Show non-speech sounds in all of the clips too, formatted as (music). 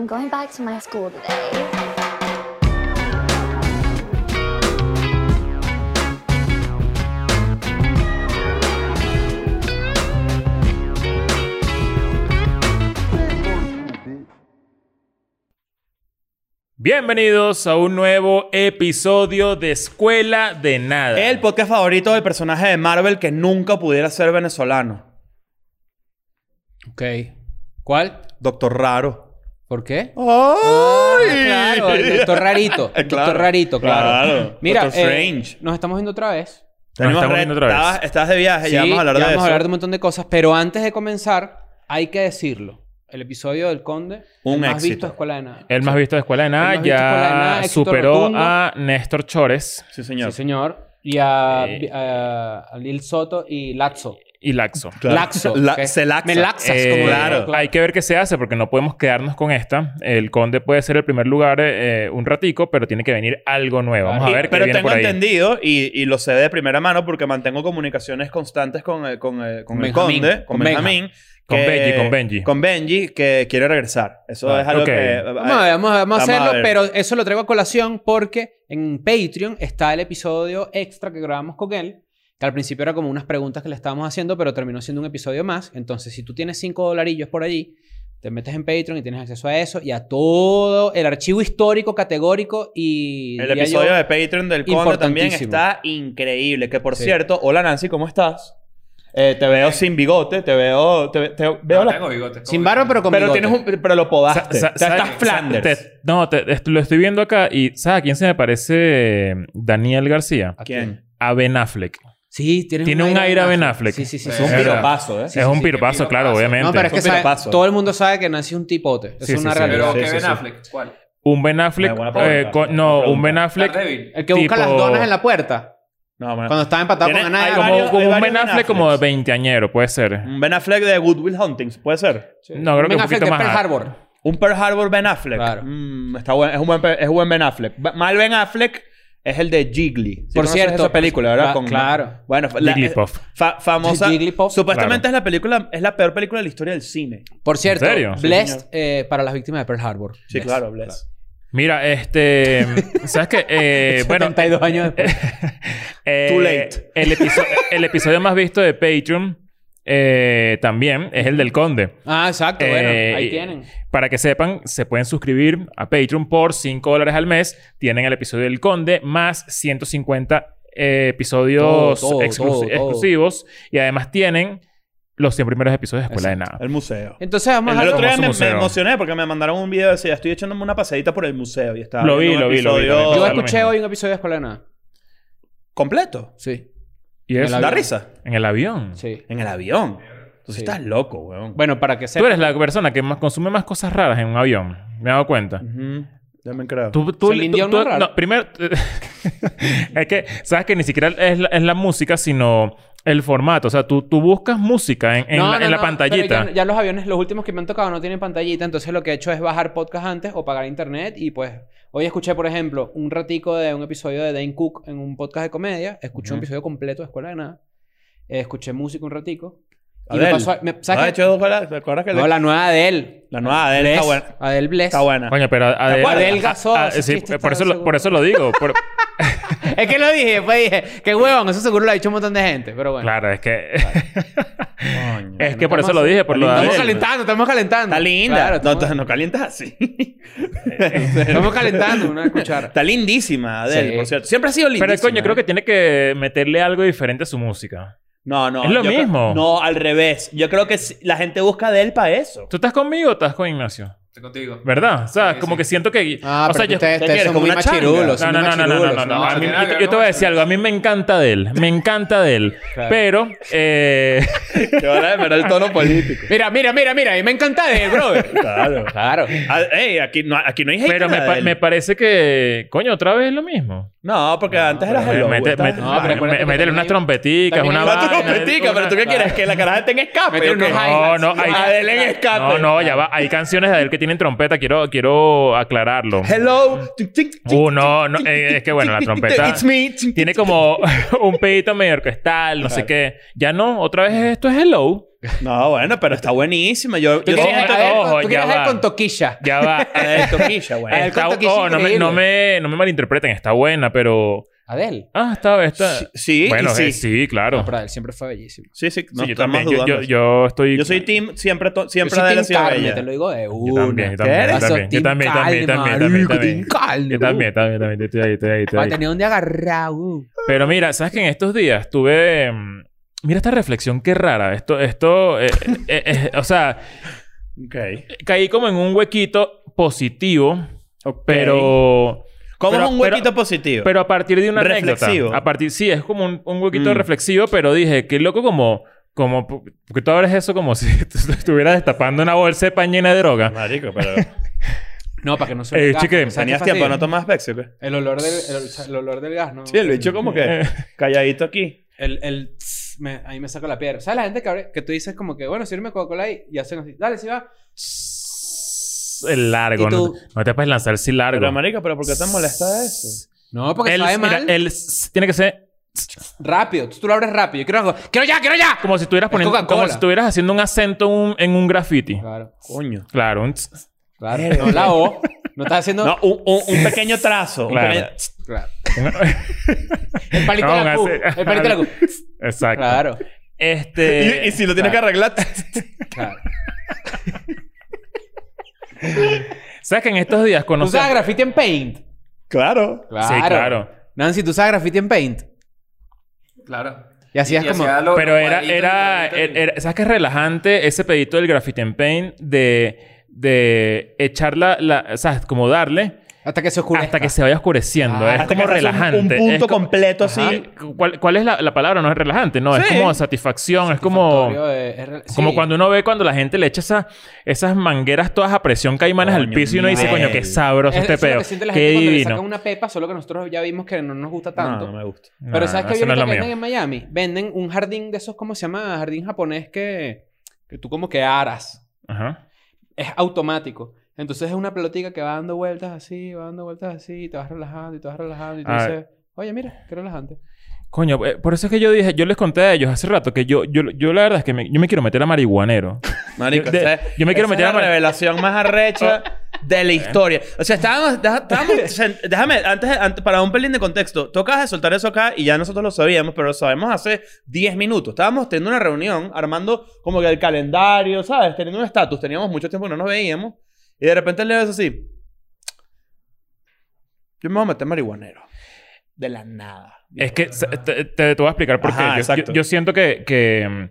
I'm going back to my school today. Bienvenidos a un nuevo episodio de Escuela de Nada. El podcast favorito del personaje de Marvel que nunca pudiera ser venezolano. Ok. ¿Cuál? Doctor Raro. ¿Por qué? Ah, ¡Ay! Claro, el doctor rarito. Oh. (laughs) Claro, doctor rarito, claro. claro. Mira, Doctor eh, Strange. nos estamos viendo otra vez. Tenemos estamos red. viendo otra vez. Estabas, estabas de viaje, Sí, ya vamos a hablar de eso. un montón de cosas, pero antes de comenzar, hay que decirlo. El episodio del Conde, Un el más éxito. visto de Escuela de Nada. El más visto de Escuela de Nada más visto de Escuela de Nada, ya éxito superó rotundo. a Néstor Chores Sí, Sí, señor. señor. Y a, Eh. a- a Lil Soto y Laxo. y Laxo. Claro. Laxo. La- ¿ok? se laxa. Me laxas. Eh, como claro. digo, Hay que ver qué se hace porque no podemos quedarnos con esta. El Conde puede ser el primer lugar eh, un ratico, pero tiene que venir algo nuevo. Vamos a Y- ver qué pero viene tengo por ahí. entendido y, y lo sé de primera mano porque mantengo comunicaciones constantes con, eh, con, eh, Con con el Benjamín. conde, con Con Benja. Benjamín. Con que- Benji, con Benji. Con Benji, que quiere regresar. Eso Ah, es algo ok. que... eh, Vamos a, ver, vamos a- vamos a Vamos a hacerlo, ver. pero eso lo traigo a colación porque en Patreon está el episodio extra que grabamos con él, que al principio era como unas preguntas que le estábamos haciendo, pero terminó siendo un episodio más. Entonces, si tú tienes 5 dolarillos por allí, te metes en Patreon y tienes acceso a eso y a todo el archivo histórico, categórico y... El diría yo, episodio de Patreon del Conde también importantísimo. está increíble. Que por Sí. cierto, hola Nancy, ¿cómo estás? Eh, te veo sin bigote, te veo. Te, te veo la- Sin barba, pero con pero bigote. tienes un. Pero lo podaste. Sa- sa- Te- estás sa- Flanders. te- no, te- est- lo estoy viendo acá y ¿sabes a quién se me parece eh, Daniel García? ¿A ¿Quién? A Ben Affleck. Sí, tienes Tiene un aire a Ben Affleck. Sí, sí, sí. Es sí. es un verdad. piropazo, ¿eh? Sí, es un sí, piropazo, piropazo. claro, obviamente. No, pero es un que sabe- piropazo. todo el mundo sabe que Nancy es un tipote. Es Sí, sí, una sí. realidad. Pero Sí, que sí, Ben sí. Affleck, ¿cuál? Un Ben Affleck. Eh, buena pregunta. eh, con- Buena no, pregunta. un Ben Affleck. Está débil. El que busca tipo- las donas en la puerta. No, bueno. Cuando estaba empatado con Tiene- Ana de hay Armas. varios- Como, como un varios Ben Ben Mm. Affleck como de veinteañero, puede ser. Un Ben Affleck de Good Will Hunting, ¿puede ser? No, creo que Ben un Affleck poquito de más. Pearl alto. Harbor. Un Pearl Harbor Ben Affleck. Claro. Mm, está buen, es, un buen, pe- es buen Ben Affleck. Ba- Mal Ben Affleck es el de Jiggly. ¿Sí Por conoces cierto. Esa película, ¿verdad? Cla- claro. Bueno, la- eh, Jigglypuff. fa- famosa. Jigglypuff. Supuestamente es la película, es la peor película de la historia del cine. Por cierto, serio? Sí, Blessed señor. eh, para las víctimas de Pearl Harbor. Sí, claro, Bless. Mira, (laughs) este. ¿Sabes qué? Eh, bueno. 72 años después. (laughs) eh, Too late. El, episo- el episodio más visto de Patreon eh, también es el del Conde. ah, exacto. bueno, Eh, ahí y- tienen. Para que sepan, se pueden suscribir a Patreon por 5 dólares al mes. Tienen el episodio del Conde más 150 eh, episodios Todo, todo, exclu- todo, todo. exclusivos. Y además tienen los 100 primeros episodios de Escuela de Nada. El museo. Entonces vamos a El, Ajá, otro hablar- día me, famoso me museo. emocioné porque me mandaron un video y decía, estoy echándome una pasadita por el museo y estaba Lo vi, viendo un lo vi, lo vi, episodio también. Yo Pasa lo escuché mismo. hoy un episodio de Escuela de Nada. completo. Sí. ¿Y en eso? el ¿Da avión. risa? En el avión. Sí. En el avión. Entonces Sí. estás loco, weón. Bueno, para que Tú sepan. eres la persona que más consume más cosas raras en un avión. Me he dado cuenta. Ujú. Ya me creo. Tú, tú, Celine tú- Dion tú- no es raro. no, primero, (laughs) es que, sabes que ni siquiera es la, es la música, sino el formato. O sea, tú, tú buscas música en, en No, la, no, en la no, pantallita. pero Ya, ya los aviones, los últimos que me han tocado no tienen pantallita, entonces lo que he hecho es bajar podcast antes o pagar internet y pues hoy escuché, por ejemplo, un ratico de un episodio de Dane Cook en un podcast de comedia, escuché un Ujú. episodio completo de Escuela de Nada, eh, escuché música un ratico y me Adele. pasó, a- me- Ah, ¿sabes qué? yo, ¿te acuerdas que No, le- la nueva Adele. la nueva Adele está Bless. buena? Adele Bless. Está buena. Coño, pero Adel, acuerdas? Adelgazó, ese sí, chiste por, está eso lo, seguro. por eso lo digo. (laughs) por- Es que lo dije, después dije, qué huevón, eso seguro lo ha dicho un montón de gente, pero bueno. claro, es que. Coño. (laughs) es que por estamos- eso lo dije, por lo de Estamos Estamos Adele. calentando, estamos calentando. Está linda. Claro, no, estamos, t- no calientas así. (laughs) estamos calentando una cuchara. Está lindísima Adele, Sí. por cierto. Siempre ha sido lindísima. Pero coño, ¿eh? creo que tiene que meterle algo diferente a su música. No, no. Es lo yo creo- mismo. No, al revés. Yo creo que si- la gente busca Adele para eso. (laughs) ¿Tú estás conmigo o estás con Ignacio? Estoy contigo. ¿Verdad? O sea, Sí, como sí. que siento que. Ah, o pero sea, que yo, ustedes, ¿qué ustedes quieres, son como muy una changa? machirulos. No, son no, muy no, no, no, no, machirulos, no, no. A mí- tiene nada que yo, ver yo te con voy a decir algo. A mí me encanta de él. Me encanta de él. Pero... eh, Que ahora es el tono político. Mira, mira, mira, mira. A mí me encanta de (laughs) él, brother. Claro. claro. Ah, ey, aquí no, aquí no hay hate pero me, pa- me parece que... Coño, otra vez es lo mismo. No, porque antes era Me- Hello. mete- esta- mete- No, pero me- acuérdate me- que Métele también unas hay- trompeticas, también una (laughs) hay Ah, tú vaina, vaina. competica, pero tú qué quieres que la caraja esté en escape. Métele o qué? unos hi- No, no, hay... Adele en escape. No, no, ya va. Hay canciones de Adele que tienen trompeta. Quiero, quiero aclararlo. Hello. Uh, no, no. eh, es que bueno, la trompeta... It's me. (laughs) Tiene como un pedito medio orquestal, no sé qué. Ya no, otra vez esto es Hello. No, bueno, pero está buenísima. Yo, Tú yo querías- siento- a ver, ojo, tú ya quieres va. ver con toquilla. Ya va. Adel (laughs) Toquilla, güey. Adel Está- Conto Ah, que es oh, no, me, increíble. no, me, no me malinterpreten, está buena, pero. Adel. Ah, está. está... Sí, sí, y bueno, sí. eh, sí, claro. No, pero Adel siempre fue bellísimo. Sí, sí, no Sí, yo, estamos también, yo, dudando. yo, Yo, yo estoy. soy team, siempre, to- siempre Yo soy Adele ha team sido carne, bella. te lo digo de Yo una. también, yo también, yo ¿Qué eres? también, yo también, también, también, también, también. Yo también, también, también, estoy ahí, estoy ahí, estoy Para ahí. tener donde agarrar. uh. Pero mira, sabes que en estos días tuve. mm, Mira esta reflexión, qué rara. Esto, esto, eh, eh, eh, o sea, Ok. caí como en un huequito positivo, Ok. pero, ¿Cómo pero- es un huequito pero- positivo? pero a partir de una Reflexivo. anécdota. A partir, sí, es como un, un huequito Mm. reflexivo, pero dije, qué loco como, como, porque tú abres eso como (laughs) si tú estuvieras destapando una bolsa de pan llena de droga. Marico, (laughs) pero... No, para que no se Eh, vea gas, chiquen, ¿sabes qué ¿Tenías fastidio? tiempo? ¿No tomas Pepsi o qué? El olor del, el, el olor del gas, ¿no? Sí, el bicho (laughs) como que calladito aquí. El, el tss, me- ahí me saca la piedra. ¿Sabes la gente que, abre- que tú dices como que, bueno, sirve Coca-Cola y, y hacen así, dale, si va. El largo, ¿Y no, tú? no te puedes lanzar si largo. Pero, marico, ¿pero por qué te molesta eso? No, porque el, sabe mira, mal. el s- tiene que ser Rápido, tú, tú lo abres rápido. Yo quiero algo. ¡Quiero ya, quiero ya! como si estuvieras Es poniendo, como Coca-Cola. si estuvieras haciendo un acento en un- en un graffiti. Claro, Coño. Claro, un (laughs) tss. claro. No la O. No estás haciendo. No, un, un- un pequeño trazo. un Claro. pequeño- Claro. El palito No, de la Q. un hace- El palito de la Q. (laughs) exacto. Claro, Este, Y, y si lo tienes (laughs) que arreglar... claro. sabes que en estos días ¿Tú conocí. sabes graffiti en paint? claro. Claro. Sí, claro. Nancy, ¿tú sabes graffiti en paint? Claro. Y así es como- Pero era, era, era- era- ¿sabes qué es relajante ese pedito del graffiti and paint de, de echar la, la- o sea, como darle Hasta que se oscurezca. hasta que se vaya oscureciendo. Ah, es Hasta como que haces un- relajante. Un, punto es co- completo Ajá. así. ¿Cuál, cuál es la, la palabra? No es relajante, no, es Sí. como satisfacción, es como... Satisfactorio, eh, es re- Como sí. cuando uno ve cuando la gente le echa esa- esas mangueras todas a presión caimanes al Coño, piso y uno dice, nivel. coño, qué sabroso Es- este eso es lo peo. que siente la Qué gente cuando le sacan divino. una pepa, solo que nosotros ya vimos que no nos gusta No, tanto. no me gusta. Pero No, ¿sabes no, qué eso viene no es que lo venden mío. en Miami? Venden un jardín de esos, ¿cómo se llama? Jardín japonés que, que tú como que aras. Ajá. Es automático. Entonces es una pelotica que va dando vueltas así, va dando vueltas así, y te vas relajando y te vas relajando y tú Ah. dices, oye, mira, qué relajante. Coño, eh, por eso es que yo dije, yo les conté a ellos hace rato que yo, yo, yo la verdad es que me- yo me quiero meter a marihuanero. Marico, De- esa- de- (laughs) yo me quiero esa meter es a la mar- revelación más arrecha de la historia. O sea, estábamos, deja- estábamos sen- déjame antes, antes- para un pelín de contexto, tocas de soltar eso acá y ya nosotros lo sabíamos, pero lo sabemos hace 10 minutos. Estábamos teniendo una reunión, armando como que el calendario, ¿sabes? Teniendo un estatus, teníamos mucho tiempo que no nos veíamos y de repente le ves así. Yo me voy a meter marihuanero. De la nada. Es que sa- te, te- te voy a explicar por qué. Ajá, Yo- yo, exacto. yo siento que, que,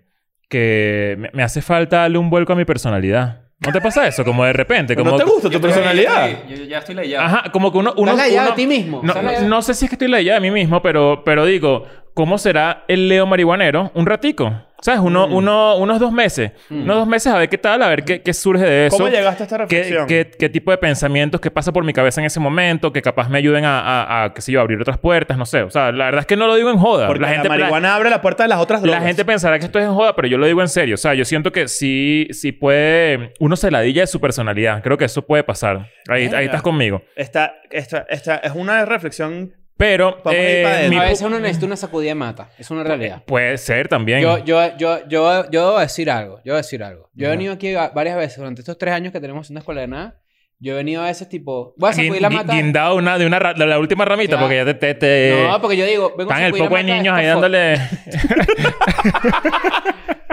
que me, me hace falta darle un vuelco a mi personalidad. ¿No te pasa eso? Como de repente. (laughs) Pero Como no te gusta tu personalidad. Yo ya estoy leyendo. Ajá, como que uno... uno, ¿Estás allá de uno- ti mismo? No, ¿Estás layado? no sé si es que estoy la idea de mí mismo, pero, pero digo, ¿cómo será el Leo marihuanero? Un ratico. ¿Sabes? Uno, Mm. uno, unos dos meses. Unos dos meses a ver qué tal, a ver qué, qué surge de eso. ¿Cómo llegaste a esta ¿Qué, reflexión? qué, qué tipo de pensamientos que pasa por mi cabeza en ese momento que capaz me ayuden a, a, a, qué sé yo, abrir otras puertas? No sé. O sea, la verdad es que no lo digo en joda. Porque la gente, la- marihuana abre la puerta de las otras la drogas. gente pensará que esto es en joda, pero yo lo digo en serio. O sea, yo siento que sí, sí puede... Uno se ladilla de su personalidad. Creo que eso puede pasar. Ahí, Verga. ahí estás conmigo. Esta, esta, esta es una reflexión. Pero... Vamos a ir eh, pa' adentro. mi A pu- veces uno necesita una sacudida de mata. Es una realidad. Puede ser también. Yo, yo, yo, yo, yo debo decir algo. Yo debo decir algo. Yo he venido aquí va- varias veces durante estos tres años que tenemos haciendo escuela de nada. Yo he venido a veces tipo, voy a Gui- sacudir la gui- mata. Guindado una, de, una, ra- de la última ramita, Claro. porque ya te. te, te- No, porque yo digo, vengo eh, están el sacudir la poco de mata esta niños ahí forma. dándole.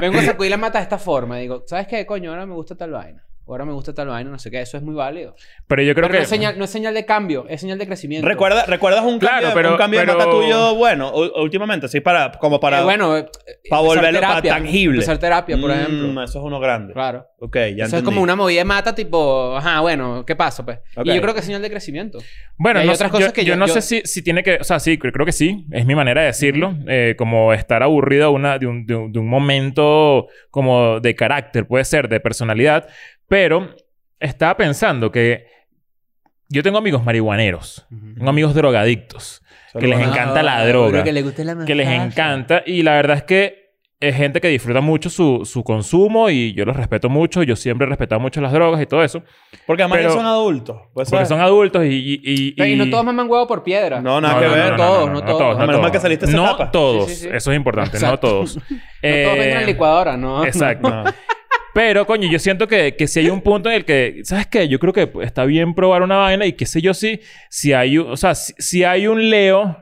Vengo a sacudir la mata de esta forma. Digo, ¿sabes qué, coño? Ahora me gusta tal vaina. Ahora me gusta tal vaina, no sé qué. Eso es muy válido. (laughs) Pero yo creo pero que. no, es señal, no es señal de cambio, es señal de crecimiento. Eh, ¿Recuerda, ¿Recuerdas un Claro, cambio, de- pero- un cambio de pero- mata tuyo bueno u- últimamente? Sí, para, como para, Eh, bueno, eh, para empezar volverlo pa- terapia. tangible. Empezar terapia, por Mm, ejemplo. Eso es uno grande. Claro. Ok, ya Eso es entendí. como una movida de mata, tipo, ajá, bueno, ¿qué pasa, pues? Ok. Y yo creo que es señal de crecimiento. Y Bueno, hay no, otras sé- cosas yo, que yo yo- no yo- sé si, si tiene que. O sea, sí, cre- creo que sí. Es mi manera de decirlo. Eh, como estar aburrido una, de, un, de, un, de un momento como de carácter, puede ser, de personalidad. Pero estaba pensando que. Yo tengo amigos marihuaneros. Tengo amigos drogadictos. Que les Saludos. encanta la droga. le gusta la que les encanta. Y la verdad es que es gente que disfruta mucho su, su consumo y yo los respeto mucho. Yo siempre he respetado mucho las drogas y todo eso. Porque además Pero- ellos son adultos. Pues, Porque ¿sabes? son adultos y... y, y- Y, y- no todos maman huevo por piedra. No, nada No, que no, no, ver. no, todos, no todos. Menos mal todos. que saliste esa No etapa. todos. Sí, sí, sí. Eso es importante. Exacto. No todos. (laughs) No eh, todos venden la licuadora, ¿no? (laughs) Exacto. No. Pero, coño, yo siento que, que si hay un punto en el que, ¿sabes qué? Yo creo que está bien probar una vaina y qué sé yo si, si hay un, o sea, si, si hay un Leo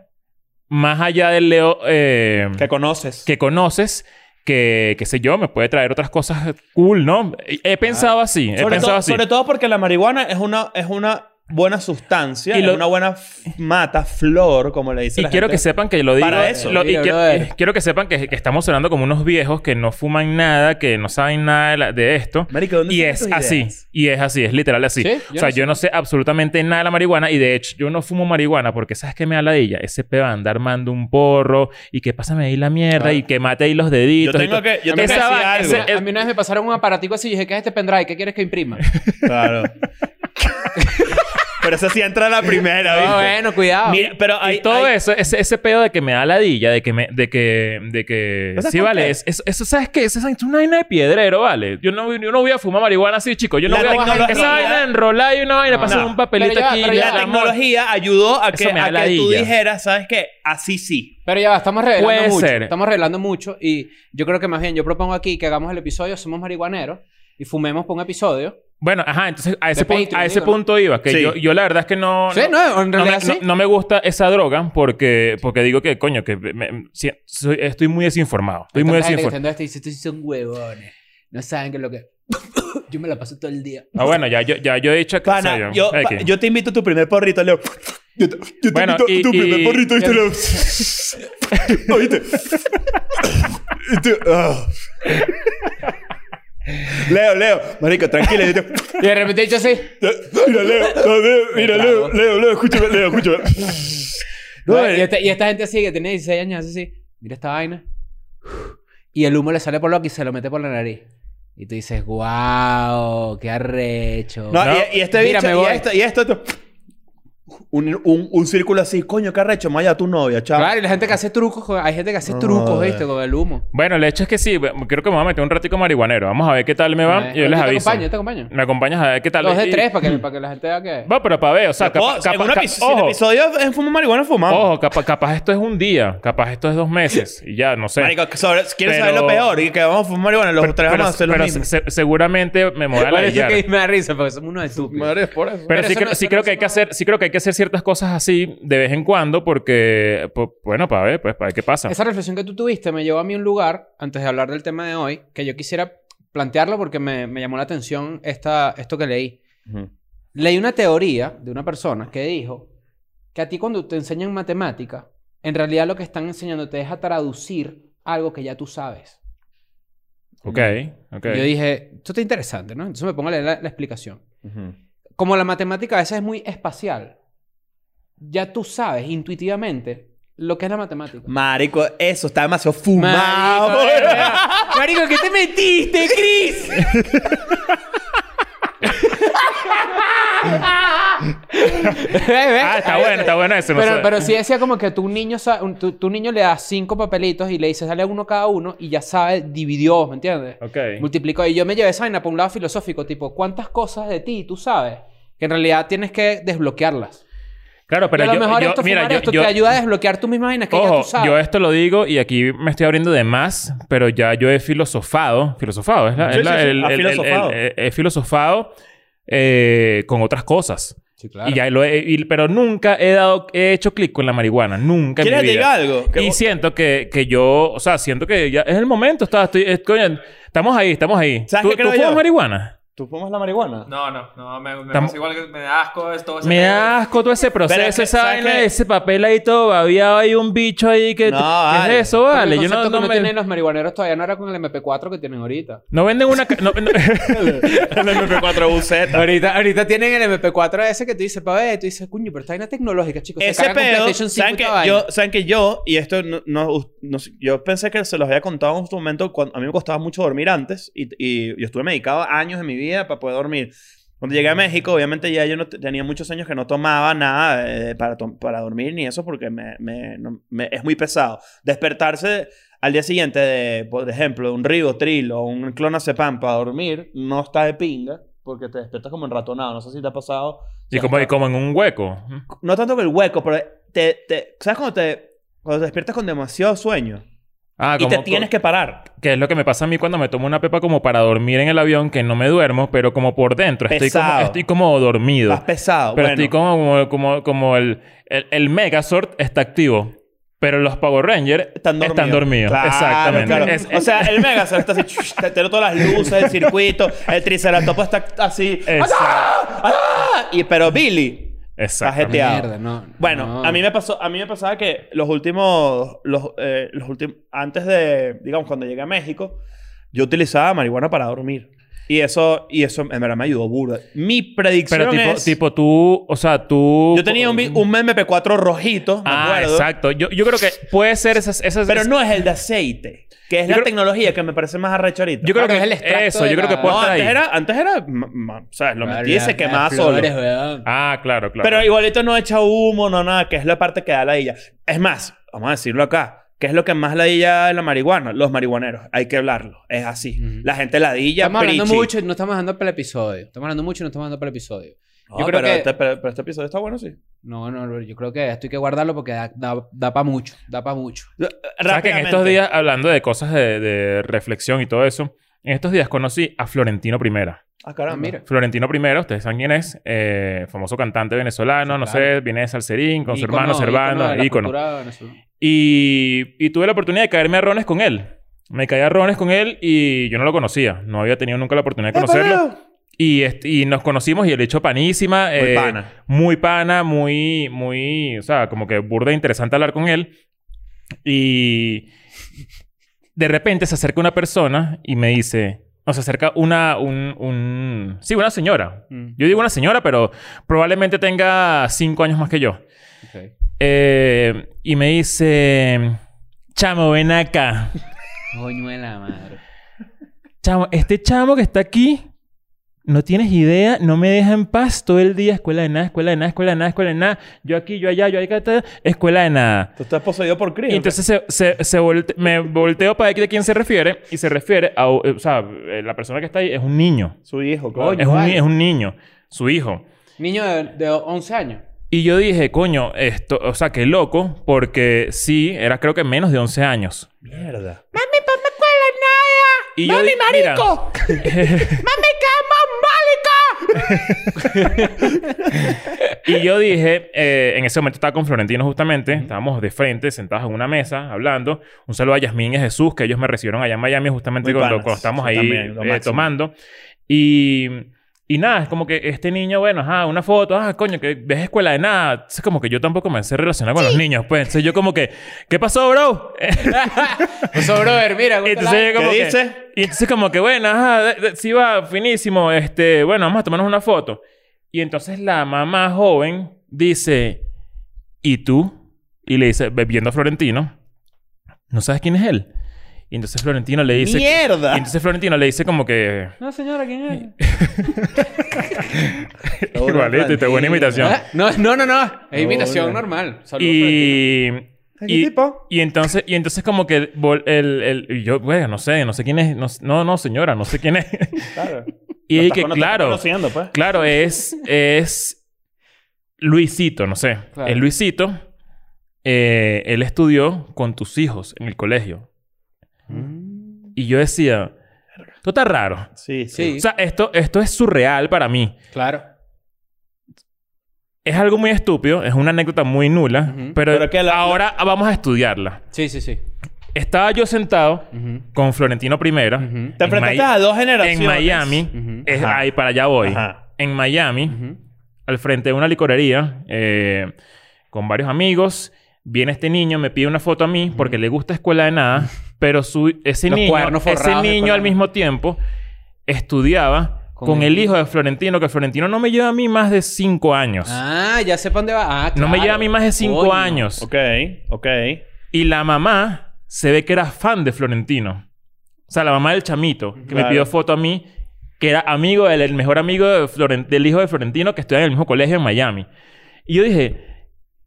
más allá del Leo eh, Que conoces. que conoces, que, qué sé yo, me puede traer otras cosas cool, ¿no? He pensado así, he sobre, pensado todo, eh, así. sobre todo porque la marihuana es una, es una buena sustancia, Y es lo- una buena f- mata, flor, como le dicen. Y quiero que sepan que lo digo. Para eso. lo- y Mira, que- brother. quiero que sepan que, que estamos sonando como unos viejos que no fuman nada, que no saben nada de, la- de esto. Marico, ¿dónde Y sacan es tus así. ideas? Y es así. Es literal así. Sí, yo o sea, no sé. yo no sé absolutamente nada de la marihuana. Y de hecho, yo no fumo marihuana porque ¿sabes qué me da la ella? Ese peo de andar mando un porro. Y que pásame ahí la mierda. Claro. Y que mate ahí los deditos. Yo y tengo todo. que- yo tengo que Esa decir vaina, algo. ese- A mí una vez me pasaron un aparatico así y dije, ¿qué es este pendrive? ¿Qué quieres que (laughs) imprima? Claro. Pero eso sí entra la primera, ¿viste? Ah, bueno, cuidado. Mira, (laughs) pero hay, y todo hay- eso, ese, ese pedo de que me da ladilla, de que me, de que, de que, ¿No sabes sí por vale, qué? es- es- eso, ¿sabes qué? Esa es una vaina de piedrero, vale. Yo no, yo no voy a fumar marihuana así, chico. Yo no La voy a, tecnología- esa vaina enrolada y una vaina, No. pasa No. un papelito Pero ya va, aquí. pero y ya ya, la va. amor. tecnología ayudó a que, Eso me da a que tú ladilla. dijeras, ¿sabes qué? Así sí. Pero ya va, estamos revelando Puede mucho. ser. Estamos revelando mucho y yo creo que más bien yo propongo aquí que hagamos el episodio Somos marihuaneros y fumemos por un episodio. Bueno, ajá, entonces a ese, De punto, Patreon, a ese digo, ¿no? punto iba, que Sí. yo, yo la verdad es que no... Sí, no, en me, realidad sí. no- no me gusta esa droga porque, porque digo que, coño, que me- si- soy- estoy muy desinformado. Estoy muy Tanta gente que desinformado. está en esto y dice, "Estos son huevones. No saben qué es lo que... (laughs) yo me la paso todo el día. Ah, bueno, ya, yo- ya yo he dicho que... o sea, Pana, yo, X. pa- yo te invito a tu primer porrito, Leo. Yo te, yo te Bueno, invito a y- tu y- primer porrito, ¿viste, (laughs) Leo? ¿Oíste? Y tú, ah. Leo, Leo. Marico, tranquilo. yo te- Y de repente he dicho así. Mira, Leo, no, Leo, mira, Me Leo, trago. Leo, Leo, escúchame, Leo, escúchame. No, ¿no? eh. y, esta, y esta gente así que tiene 16 años hace así. Mira esta vaina. (sighs) Y el humo le sale por lo y se lo mete por la nariz. Y tú dices, wow, qué arrecho. No, No. Y, y este Mira, bicho, me y voy. esto, y esto, tú- un, un, un círculo así, coño, qué arrecho, Maya, tu novia, chaval. Claro, y la gente que hace trucos, con- hay gente que hace No, trucos, joder. ¿viste? Con el humo. Bueno, el hecho es que sí, bueno, creo que me voy a meter un ratico marihuanero. Vamos a ver qué tal me va. Eh, yo les te aviso. acompaño, yo te acompaño. Me acompañas a ver qué tal. Dos de Y- tres para que, para que la gente (laughs) vea que... Va, pero para ver, o sea, Capaz, capaz. en un capaz- epi- si ca- el ojo, episodio es fumo marihuana, fumamos. ojo, capa- capaz esto es un día, capaz esto es dos meses y ya, no sé. Marico, que sobre- ¿quieres Pero- saber lo peor? Y que vamos a fumar marihuana, los pero tres vamos a hacer lo pero mismo. se- seguramente me voy a Por eso ladillar. que me da risa, porque somos unos estúpidos. por eso. Pero, Pero sí, eso creo- no- sí pero creo eso que hay que no- hacer, sí creo que hay que hacer ciertas cosas así de vez en cuando, porque po- bueno, para ver, pues para ver qué pasa. Esa reflexión que tú tuviste me llevó a mí a un lugar, antes de hablar del tema de hoy, que yo quisiera plantearlo porque me, me llamó la atención esta, esto que leí. Leí una teoría de una persona que dijo que a ti cuando te enseñan matemática, en realidad lo que están enseñándote es a traducir algo que ya tú sabes. Ok, ok. Y Yo dije, esto está interesante, ¿no? Entonces me pongo a leer la, la explicación. Como la matemática a veces es muy espacial, ya tú sabes intuitivamente lo que es la matemática. Mm. Marico, eso está demasiado fumado. (laughs) Marico, de verdad. Marico, ¿qué te metiste, (laughs) Chris? Ah, está bueno, está bueno eso. no Pero, sé. pero sí decía como que tu niño, sa- un- tu, tu niño le das cinco papelitos y le dices, dale uno cada uno y ya sabe, dividió, ¿me entiendes? Ok. Multiplicó. Y yo me llevé esa vaina por un lado filosófico, tipo, ¿cuántas cosas de ti tú sabes? Que en realidad tienes que desbloquearlas. Claro, y pero a lo yo, mejor yo- esto, mira, fumar yo- esto yo- te ayuda a desbloquear tus mismas vainas que ya Ojo, tú sabes. yo esto lo digo y aquí me estoy abriendo de más, pero ya yo he filosofado. Filosofado, es la. Sí, es la- sí, sí. el- Has el- el- filosofado. el- eh, he filosofado eh, con otras cosas. Sí, claro. Y ya lo he, y- pero nunca he dado, he hecho clic con la marihuana. Nunca en ¿Quieres mi que vida. te diga algo? Que Y vos- siento que, que yo, o sea, siento que ya es el momento. Está, estoy, es- coño, estamos ahí, estamos ahí. ¿Sabes ¿Tú, qué tú creo yo? fumas marihuana? ¿Tú fumas la marihuana? No, no, no, me, me Tam- pasa igual que me da asco esto. Me da asco todo ese Pero es proceso, que, esa ¿sabes vaina, qué? ese papel ahí todo babiado. Hay un bicho ahí que... No, ¿qué vale. es eso, Porque vale? el Yo no, concepto no que no me- tienen los marihuaneros todavía no era con el MP4 que tienen ahorita. No venden una... ca- (laughs) No, no- El MP4 buceta. Ahorita, ahorita tienen el MP4 ese que tú dices, pa' ver, tú dices, coño, pero esta vaina tecnológica, chicos. Ese carga con pedo, PlayStation 5 ¿saben y que, toda vaina". yo, ¿saben que yo? Y esto no, no- no sé, Yo pensé que se los había contado en un momento cuando a mí me costaba mucho dormir antes. Y, y yo estuve medicado años de mi vida para poder dormir. Cuando llegué a México, obviamente ya yo no te- tenía muchos años que no tomaba nada eh, para, to- para dormir ni eso porque me, me- no- me- es muy pesado. Despertarse al día siguiente de, por ejemplo, un ribotril o un clonazepam para dormir, no está de pinga porque te despiertas como enratonado. No sé si te ha pasado. Y como, y como en un hueco. No tanto que el hueco, pero te, te- ¿sabes cuando te, cuando te despiertas con demasiado sueño? Ah, y como, te tienes que parar. que es lo que me pasa a mí cuando me tomo una pepa como para dormir en el avión, que no me duermo, pero como por dentro. Estoy como, Pesado. estoy como dormido. Vas pesado. Pero Bueno, estoy como, como, como, como el, el, el Megazord está activo. Pero los Power Rangers Están dormidos. Claro, Exactamente. claro. Es- o sea, el Mega se está así, chush, te te todas las luces, el circuito, el Triceratops está así. Exacto. ¡Ah! ¡Ah! Y, pero Billy. exactamente. Jeteado. Mierda, no. Bueno, no. a mí me pasó, a mí me pasaba que los últimos, los, eh, los últimos, antes de, digamos, cuando llegué a México, yo utilizaba marihuana para dormir. Y eso, y eso en verdad me ayudó burda. Mi predicción Pero tipo, es, tipo tú, o sea, tú... yo tenía un, vi- un MP4 rojito, me Ah, acuerdo. exacto. Yo, yo creo que puede ser esas... esas Pero no es el de aceite, que es Yo la creo- tecnología que me parece más arrecha ahorita. Yo creo Ah, que que es el extracto Eso, de yo creo que la- puede No, estar ahí. antes era, antes era, ma- ma- o sea, lo Vale, metí y se las quemaba solo. flores, weón. Ah, claro, claro. Pero igualito no echa humo, no nada, que es la parte que da la illa. Es más, vamos a decirlo acá, ¿qué es lo que más la illa de la marihuana? Los marihuaneros, hay que hablarlo, es así. Ujú. La gente la dilla, Estamos hablando preachy. mucho y no estamos dando para el episodio. Estamos hablando mucho y no estamos dando para el episodio. No, Yo creo pero, que- este, pero- pero este episodio está bueno, sí. No, no, no, yo creo que esto hay que guardarlo porque da, da, para mucho. Da para mucho. ¿Sabes que en estos días, hablando de cosas de, de reflexión y todo eso, en estos días conocí a Florentino Primera. Ah, caramba. Ah, mira. Florentino Primera, ustedes saben quién es, eh, famoso cantante venezolano, Sí, no claro. sé, viene de Salserín, con su Ícono- hermano ícono de Servando, la ícono. cultura venezolana. Y, y tuve la oportunidad de caerme a rones con él. Me caí a rones con él y yo no lo conocía. No había tenido nunca la oportunidad de Eh, conocerlo. paneo. Y, este- y nos conocimos y el hecho panísima. Muy eh, pana. muy pana, muy, muy, o sea, como que burda e interesante hablar con él. Y de repente se acerca una persona y me dice, o se acerca una, un, un, sí, una señora. Mm, Yo digo una señora, pero probablemente tenga cinco años más que yo. ok. Eh, y me dice, chamo, ven acá. Coño de la madre. Chamo, este chamo que está aquí, no tienes idea, no me deja en paz todo el día, escuela de nada, escuela de nada, escuela de nada, escuela de nada, yo aquí, yo allá, yo allá, ta, escuela de nada. Tú estás poseído por Chris. Y entonces se, se- se volte- me volteo para ver de quién se refiere y se refiere a, o sea, eh, la persona que está ahí es un niño, Su hijo, coño. es un, ni- vale. es un niño, su hijo. Niño de, de 11 años. Y yo dije, coño, esto, o sea, qué loco, porque sí, era creo que menos de 11 años. Mierda. Y yo di- mira, (laughs) (laughs) Y yo dije, eh, en ese momento estaba con Florentino justamente, estábamos de frente, sentados en una mesa, hablando. Un saludo a Yasmín y a Jesús, que ellos me recibieron allá en Miami justamente Muy cuando, panas. cuando estábamos Sí, ahí también, lo eh, máximo. tomando. Y, y nada, es como que este niño, bueno, ajá, una foto, ah, coño, que ves escuela de nada. Entonces, como que yo tampoco me sé relacionar con los niños, pues. Entonces, yo como que, ¿qué pasó, bro? Eso, brother, mira. (laughs) Entonces yo como ¿Qué que- dice? Y entonces como que, bueno, ajá, de- de- sí va, finísimo. Este, bueno, vamos a tomarnos una foto. Y entonces la mamá joven dice, ¿y tú? Y le dice, ve- viendo a Florentino, ¿no sabes quién es él? Y entonces Florentino le dice... Mierda. Y entonces Florentino le dice como que... No, señora, ¿quién (laughs) Igualito, y te buena imitación. es? ¿Ah? No, no, no, no. Es imitación Hola. normal. Saludos Y... Ah, ¿Qué Y, tipo? y entonces, y entonces como que vol- el, el, y yo, bueno, no sé, no sé quién es, no, no, no, señora, no sé quién es. (laughs) Claro. Y No ahí estás que, cono- te estás claro, conociendo, pues. Claro, es, es Luisito, no sé. Claro. Es Luisito. Eh, él estudió con tus hijos en el colegio. Y yo decía, esto está raro. Sí, sí. Sí. O sea, esto, esto es surreal para mí. Claro. Es algo muy estúpido, es una anécdota muy nula, Ujú. pero, Pero que la- ahora vamos a estudiarla. Sí, sí, sí. Estaba yo sentado Ujú. con Florentino Primera Ujú. Te en enfrentaste Mi- a dos generaciones. en Miami. Ujú. Es, Ajá. ahí para allá voy. Ajá. En Miami. Ujú. al frente de una licorería eh, con varios amigos. Viene este niño, me pide una foto a mí porque le gusta Escuela de Nada, pero su, ese Los niño, cuadernos forrados ese de niño Escuela al de mismo tiempo estudiaba Con con, el el hijo de Florentino, que Florentino no me lleva a mí más de cinco años. Ah, ya sé para dónde va. Ah, Pues. No me claro. lleva a mí más de cinco Coño. años. Ok, ok. Y la mamá se ve que era fan de Florentino. O sea, la mamá del chamito, que Claro. me pidió foto a mí, que era amigo del el mejor amigo de Floren- del hijo de Florentino que estudia en el mismo colegio en Miami. Y yo dije,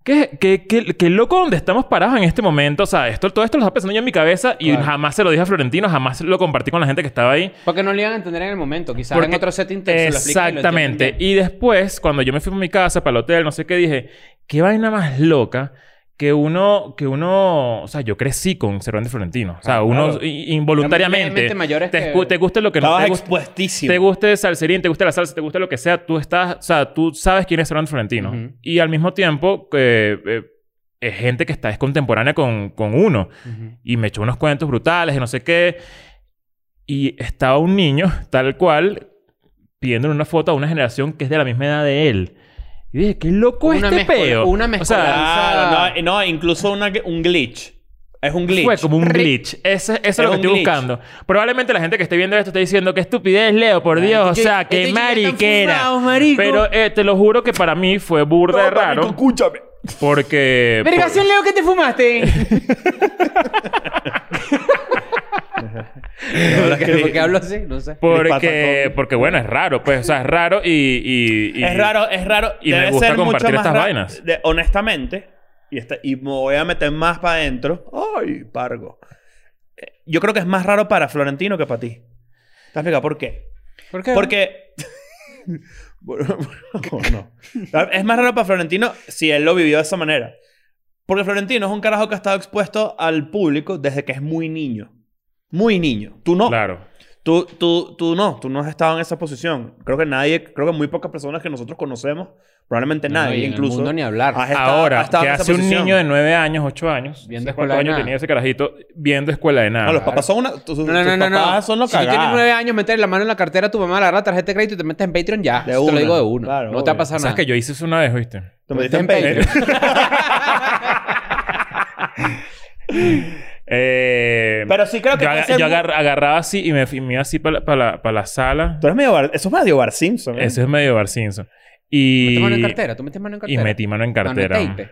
¿Qué, qué, qué- qué loco donde estamos parados en este momento. O sea, esto, todo esto lo estaba pensando yo en mi cabeza y Claro. jamás se lo dije a Florentino, jamás lo compartí con la gente que estaba ahí. Porque no lo iban a entender en el momento. Quizás en Porque- otro setting te Exactamente. Y después, cuando yo me fui a mi casa, para el hotel, no sé qué, dije, qué vaina más loca que uno, que uno, o sea, yo crecí con Cervantes Florentino. O sea, Ah, Claro. uno i- involuntariamente, Realmente mayores te, que- escu- te guste lo que no Estabas te guste, expuestísimo. te guste salserín, te guste la salsa, te guste lo que sea, tú estás, o sea, tú sabes quién es Cervantes Florentino. Ujú. Y al mismo tiempo, eh, eh, es gente que está, es contemporánea con, con uno y me echó unos cuentos brutales y no sé qué. Y estaba un niño, tal cual, pidiéndole una foto a una generación que es de la misma edad de él. Y dije, qué loco Una este mezcola- peo. una O sea, mezcolanza. Claro, no, no, incluso una- un glitch. Es un glitch. fue como un glitch. Ese- eso es lo que un estoy glitch. buscando. Probablemente la gente que esté viendo esto esté diciendo, qué estupidez, Leo, por Dios. o sea, qué mariquera. Pero eh, te lo juro que para mí fue burda de raro. (laughs) escúchame. Porque... por- Vergación, Leo, ¿qué te fumaste? (laughs) (laughs) ¿Por qué hablo así? No sé. Les pasa Porque, todo. porque, bueno, es raro, pues, o sea, es raro y. y- y- Es raro, es raro. y me gusta compartir estas ra- vainas. de- honestamente, y, esta- y me voy a meter más para adentro. Ay, pargo. Eh, Yo creo que es más raro para Florentino que para ti. ¿Te explicado por qué? ¿Por qué? Porque. Bueno, no, no. Es más raro para Florentino si él lo vivió de esa manera. Porque Florentino es un carajo que ha estado expuesto al público desde que es muy niño. Muy niño. Tú no. Claro. Tú, tú, tú no, tú no has estado en esa posición. Creo que nadie, creo que muy pocas personas que nosotros conocemos, probablemente No, nadie, y en el incluso. mundo ni hablar. has estado- has Ahora, estado que en esa hace un posición. niño de 9 años, 8 años, Viendo no sé Escuela cuántos de años Nada. tenía ese carajito, viendo escuela de nada. No, los papás son una. tus- tus No, no, no, no, no. papás son los si tú tienes cagados. nueve años, meter la mano en la cartera a tu mamá, agarrar la tarjeta de crédito y te metes en Patreon ya. De Eso te una. lo digo de uno. Claro, no te va obvio. a pasar ¿Sabes nada. que yo hice eso una vez, viste? Te metiste en Te Patreon. Eh, Pero sí creo que yo, puede aga- ser yo muy- agar- agarraba así y me, fui- me iba así para la, pa la- pa la sala. Tú eres medio Bar- Eso es medio Bar Simpson. ¿eh? Eso es medio Bar Simpson. Y, ¿Metes mano en cartera? ¿Tú metes mano en y cartera? metí mano en cartera. Mano en tape.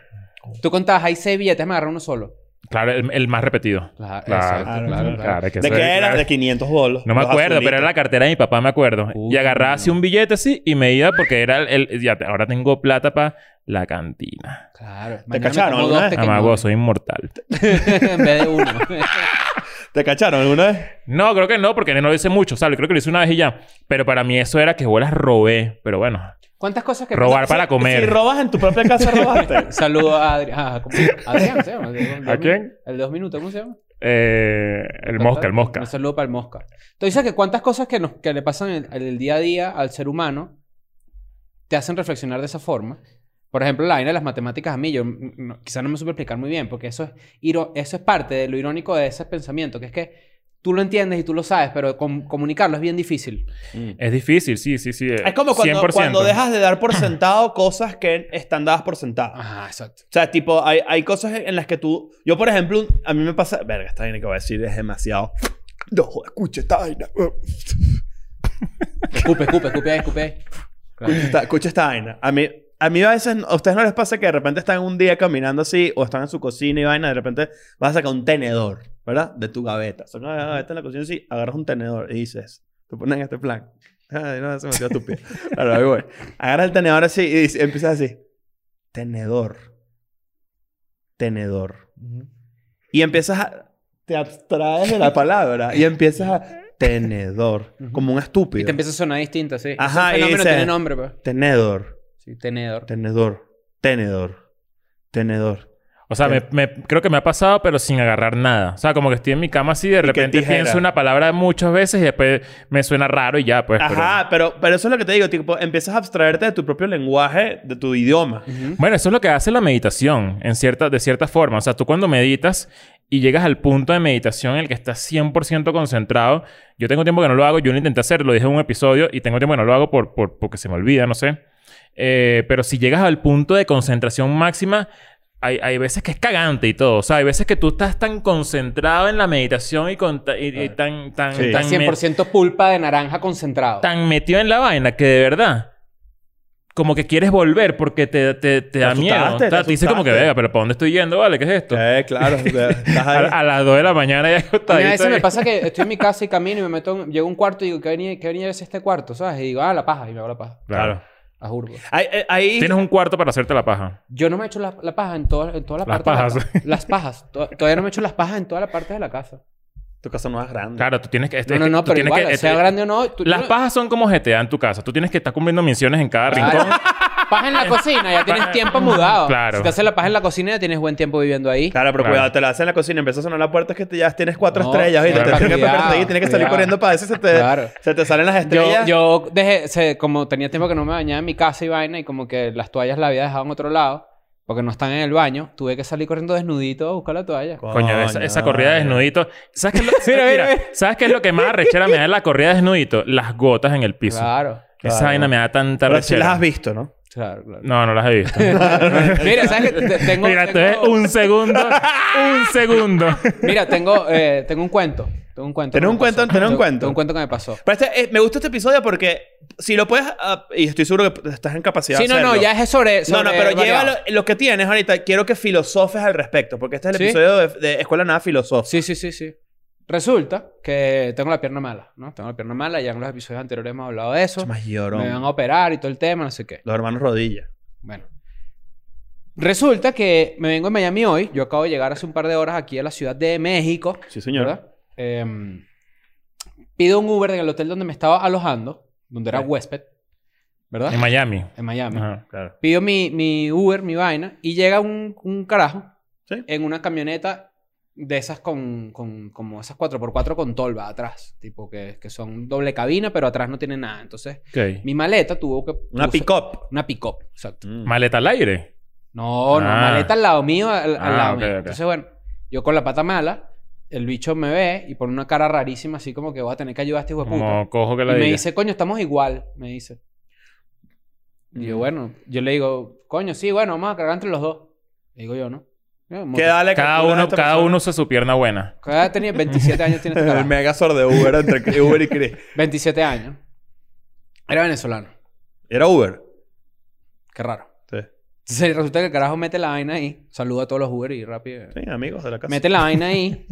Tú contabas, hay seis billetes, me agarré uno solo. claro, el, el más repetido. Claro, Claro, exacto, claro, claro, claro. claro, que ¿De eso qué es- era? claro. De 500 bolos. No me Los acuerdo, pero azulitos. era la cartera de mi papá, me acuerdo. Uy, y agarraba así un billete así y me iba porque era el... el- ya, ahora tengo plata para la cantina. Claro. Mañana me cacharon como alguna dos vez? pequeños. Amago, soy inmortal. (laughs) en vez de uno. (laughs) ¿Te cacharon alguna vez? No, creo que no, porque no lo hice mucho, ¿sabes? Creo que lo hice una vez y ya. Pero para mí eso era que bolas robé. Pero bueno, ¿Cuántas cosas que robar para Si comer. robas en tu propia (laughs) casa, robaste. Saludo a Adrián. Ah, ¿cómo se llama? Adrián se llama. El dos ¿A quién? minutos. El dos minutos, ¿cómo se llama? Eh, el mosca, el mosca. Un saludo para el mosca. Tú dices que cuántas cosas que, nos, que le pasan en en el, día a día al ser humano te hacen reflexionar de esa forma. Por ejemplo, la vaina de las matemáticas a mí, yo mm, no, quizás no me supe explicar muy bien, porque eso es, iro- eso es parte de lo irónico de ese pensamiento, que es que tú lo entiendes y tú lo sabes, pero com- comunicarlo es bien difícil. Es difícil, sí, sí, sí. Es como cuando, 100%. cuando dejas de dar por sentado cosas que están dadas por sentado. Ajá, exacto. O sea, tipo, hay, hay cosas en las que tú. Yo, por ejemplo, un- a mí me pasa. Verga, esta vaina que voy a decir es demasiado. No, joder, escucha esta vaina. Escupe, escupe, escupe ahí, escupe ahí. Claro. Escucha esta, escucha esta vaina. A mí, a mí a veces. ¿A ustedes no les pasa que de repente están un día caminando así o están en su cocina y vaina? De repente vas a sacar un tenedor, ¿verdad? De tu gaveta. Sacas la gaveta en la cocina así, agarras un tenedor y dices. Te ponen este plan. (laughs) Ay, no, se me quedó tu pie. Claro, ahí voy. Agarras el tenedor así y dices- empiezas así. Tenedor. Tenedor. Y empiezas a... Te abstraes de la palabra y empiezas a... Tenedor. Ujú. Como un estúpido. Y te empieza a sonar distinto, sí. Ajá, Ese y fenómeno dice- tiene nombre, pues. Tenedor. Sí, tenedor. Tenedor. Tenedor. Tenedor. O sea, me, me- creo que me ha pasado, pero sin agarrar nada. O sea, como que estoy en mi cama así, de repente tijera. pienso una palabra muchas veces y después me suena raro y ya, pues. pero- Ajá, pero, pero eso es lo que te digo. Tipo, empiezas a abstraerte de tu propio lenguaje, de tu idioma. Ujú. Bueno, eso es lo que hace la meditación, en cierta, de cierta forma. O sea, tú cuando meditas y llegas al punto de meditación en el que estás 100% concentrado, yo tengo tiempo que no lo hago, yo lo intenté hacer, lo dije en un episodio y tengo tiempo que no lo hago por, por- porque se me olvida, no sé. Eh, pero si llegas al punto de concentración máxima, hay, hay veces que es cagante y todo. O sea, hay veces que tú estás tan concentrado en la meditación y, con ta- y- y tan, tan, Sí. tan, Está me- 100% pulpa de naranja concentrado. tan metido en la vaina que de verdad como que quieres volver porque te, te, te da miedo. asustaste, O sea, te te dices como que, asustaste. venga, pero ¿para dónde estoy yendo? Vale, ¿qué es esto? Eh, claro. Estás A, ahí. a las 2 de la mañana ya (laughs) A acostadito. mí a veces ahí. me pasa que estoy en mi casa y camino y me meto... en- Llego a un cuarto y digo, ¿qué venía, qué venía a hacer este cuarto? ¿Sabes? Y digo, ah, la paja. Y me hago la paja. Claro. a Urbo. Ahí, eh, ahí- Tienes un cuarto para hacerte la paja. Yo no me he hecho la, la paja en todas en toda la Las parte de la pajas. ca- las pajas. To- Todavía no me he hecho las pajas en todas las partes de la casa. Tu casa no es grande. Claro, tú tienes que... este- No, no, es que no, tú pero tienes igual, que- sea este- grande o no. tú- Las yo- pajas son como GTA en tu casa. Tú tienes que estar cumpliendo misiones en cada Claro. rincón. Paja en la cocina, ya (laughs) tienes tiempo mudado. Claro. Si te haces la paja en la cocina, ya tienes buen tiempo viviendo ahí. Claro, pero Claro. cuidado, te la hacen en la cocina, empieza a sonar la puerta, es que te- ya tienes cuatro No, estrellas, ¿viste? claro. Te tienes que Cuidado, perseguir, tienes que salir cuidado. corriendo para eso, se te, Claro. se te salen las Yo, estrellas. yo dejé, se- como tenía tiempo que no me bañaba en mi casa y vaina, y como que las toallas las había dejado en otro lado, porque no están en el baño, tuve que salir corriendo desnudito a buscar la toalla. Coño, esa, esa corrida de desnudito. (laughs) ¿Sabes qué, es lo, Mira, mira, mira, mira. ¿Sabes qué es lo que más arrechera me da la corrida de desnudito? Las gotas en el piso. Claro, Esa Claro. vaina me da tanta Pero si arrechera. las has visto, (laughs) ¿no? claro, claro. No, no las he visto. Mira, ¿sabes qué? Te- Tengo, Mira, esto es tengo- ¿eh? (laughs) un segundo. Un segundo. Mira, tengo, eh, tengo un cuento. Tengo un cuento. ¿Tenés que un me cuento? pasó. ¿Tenés un Tengo- cuento? Tengo un cuento que me pasó. Pero este- eh, me gusta este episodio porque si lo puedes, ah, y estoy seguro que estás en capacidad Sí, de no, no, hacerlo. ya es sobre. No, no, sobre pero variado. llévalo. Lo que tienes ahorita, quiero que filosofes al respecto, porque este es el ¿Sí? episodio de, de Escuela Nada Filosófica. Sí, sí, sí, sí. Resulta que tengo la pierna mala, ¿no? Tengo la pierna mala, ya en los episodios anteriores hemos hablado de eso. Es más Me van llorón. a operar y todo el tema, no sé qué. Los hermanos Rodilla. Bueno. Resulta que me vengo de Miami hoy. Yo acabo de llegar hace un par de horas aquí a la Ciudad de México. Sí, señor. ¿verdad? Em, pido un Uber en el hotel donde me estaba alojando, donde era Sí. huésped, ¿verdad? En Miami. En Miami. Ajá. Claro. Pido mi, mi Uber, mi vaina, y llega un, un carajo Sí. en una camioneta de esas con, con como esas 4x4 con tolva atrás, tipo que, que son doble cabina, pero atrás no tiene nada. Entonces, Ok. mi maleta tuvo que... Una puse- pick-up. Mm. Una pick-up, exacto. Maleta al aire. No, no, Ah. maleta al lado mío, al, al Ah, lado ok, mío. ok. Entonces, bueno, yo con la pata mala, el bicho me ve y pone una cara rarísima, así como que voy a tener que ayudar a este hijo de puta. Como cojo que Y la me diga. dice, coño, estamos igual, me dice. Y yo, Mm. bueno, yo le digo, coño, sí, bueno, vamos a cargar entre los dos. Le digo yo, ¿no? Yo, Que moto- dale Cada captura a uno, esta cada persona. uno usa su pierna buena. ¿Qué edad tenía? 27 años tiene (laughs) este El carajo. megazord de (laughs) Uber entre Uber y Chris. 27 años. Era venezolano. Era Uber. Qué raro. Sí. Entonces resulta que el carajo mete la vaina ahí. Saluda a todos los Uber y rápido. Sí, amigos de la casa. Mete la vaina (laughs) ahí.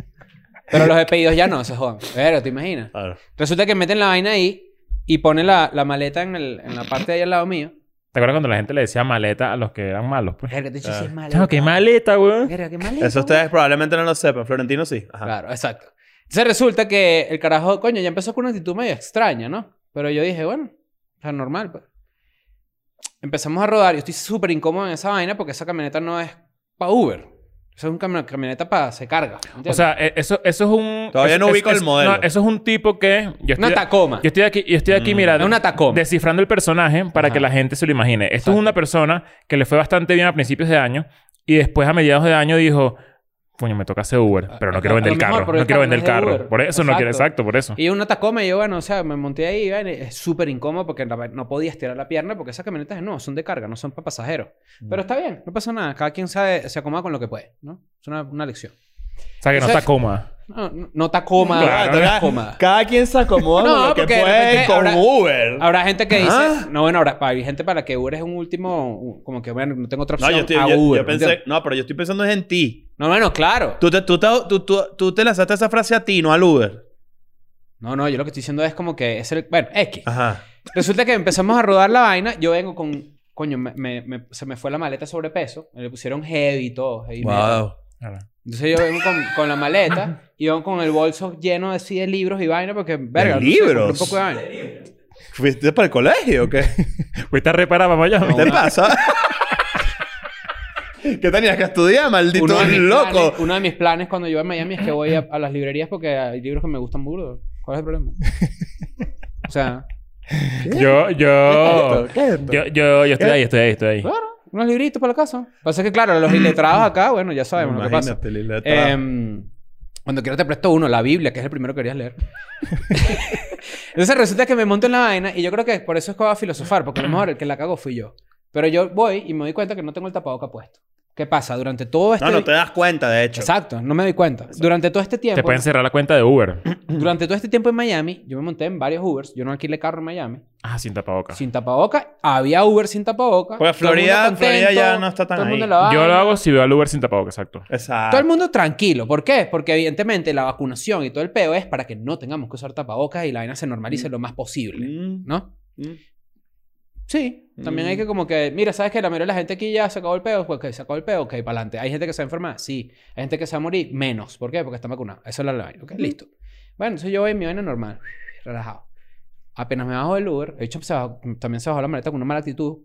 Pero los despedidos ya no, se jodan. Pero, ¿te imaginas? Claro. Resulta que meten la vaina ahí y pone la, la maleta en, el- en la parte de ahí al lado mío. ¿Te acuerdas cuando la gente le decía maleta a los que eran malos? Pues? Verga, te dicho, Claro. sí es maleta. Chao, qué maleta, weón. Verga, qué maleta, Eso ustedes probablemente no lo sepan. Florentino sí. Ajá. Claro, exacto. Entonces resulta que el carajo, coño, ya empezó con una actitud medio extraña, ¿no? Pero yo dije, bueno, o sea, normal. pues. Empezamos a rodar. Yo estoy súper incómodo en esa vaina porque esa camioneta no es para Uber. Esa es una camioneta para... se carga. O ¿entiendes? sea, e- eso, eso es un... Todavía no eso- ubico eso- el modelo. no, eso es un tipo que... Yo estoy, una tacoma. yo estoy aquí, yo estoy aquí Mm. mira, Es una tacoma. descifrando el personaje para Ajá. que la gente se lo imagine. Esto Exacto. es una persona que le fue bastante bien a principios de año y después a mediados de año dijo... Coño, me toca hacer Uber, pero a- no quiero a- vender a el Ah, lo mejor, carro. pero No el quiero carro no vender es el de carro. Uber. Por eso no quiero... Exacto. Exacto, por eso. Y una Tacoma, y yo, bueno, o sea, me monté ahí, vaina, es súper incómodo porque la- no podía estirar la pierna porque esas camionetas no, son de carga, no son para pasajeros. Mm. Pero está bien, no pasa nada, cada quien sabe, se acomoda con lo que puede, ¿no? Es una, una lección. O sea, que no Eso es- está coma. No, no, no Tacoma, Claro, no cada- Tacoma. Cada quien se acomoda No, con lo que porque de puede repente con habrá- Uber. Habrá gente que dice, Ah. no, bueno, ahora hay gente para que Uber es un último, un- como que, bueno, no tengo otra No, opción yo, estoy, a yo- yo Uber. ¿me pensé, entiendes? no, pero yo estoy pensando es en ti. No, bueno, claro. Tú te, tú, te, tú, tú- tú te lanzaste esa frase a ti, no al Uber. No, no, yo lo que estoy diciendo es como que es el, bueno, X. Ajá. Resulta que empezamos a rodar la vaina. Yo vengo con. Coño, me, me- me- se me fue la maleta sobrepeso. Me le pusieron heavy y todo. heavy metal. Claro. Entonces yo vengo con, con la maleta y vengo con el bolso lleno así de libros y vaina porque, verga, no sé, libros? compré un poco de vaina. ¿Fuiste para el colegio o qué? Fuiste a reparar para Miami. ¿Qué te pasa? ¿Qué tenías que estudiar, maldito Uno de, mis loco? planes, uno de mis planes cuando yo voy a Miami es que voy a, a las librerías porque hay libros que me gustan burdo. ¿Cuál es el problema? O sea, (laughs) Yo, yo, ¿Qué es esto? yo, yo, yo estoy ahí, estoy ahí, estoy ahí. claro, unos libritos para la casa. Pasa que, claro, los iletrados acá, bueno, ya sabemos lo que pasa. Imagínate, Lila, está- Em, cuando quiero te presto uno, la Biblia, que es el primero que querías (laughs) leer. Entonces resulta que me monto en la vaina y yo creo que por eso es que voy a filosofar, porque a lo mejor el que la cagó fui yo. Pero yo voy y me doy cuenta que no tengo el tapaboca puesto. ¿Qué pasa? Durante todo este... no, no te das cuenta, de hecho. Exacto, no me doy cuenta. Durante todo este Te tiempo... pueden cerrar la cuenta de Uber. Durante todo este tiempo en Miami, yo me monté en varios Ubers. Yo no alquilé carro en Miami. Ah, sin tapabocas. Sin tapaboca. Había Uber sin tapaboca. Porque Todo el mundo Pues Florida- Florida ya no está tan todo el mundo ahí. en la vaina. Yo lo hago si veo al Uber sin tapabocas, exacto. Exacto. Todo el mundo tranquilo. ¿Por qué? Porque evidentemente la vacunación y todo el peo es para que no tengamos que usar tapabocas y la vaina se normalice lo más posible, Mm, ¿no? mm. Sí, también Mm. hay que como que, mira, ¿sabes que La mayoría de la gente aquí ya se acabó el peo, pues que se acabó el peo, ok, para adelante. ¿Hay gente que se va a enfermar? Sí. ¿Hay gente que se va a morir? Menos. ¿Por qué? Porque están vacunados. Eso es la vaina, ok, listo. Bueno, entonces yo voy en mi vaina normal, relajado. Apenas me bajo del Uber, de hecho se bajó- también se bajó la maleta con una mala actitud,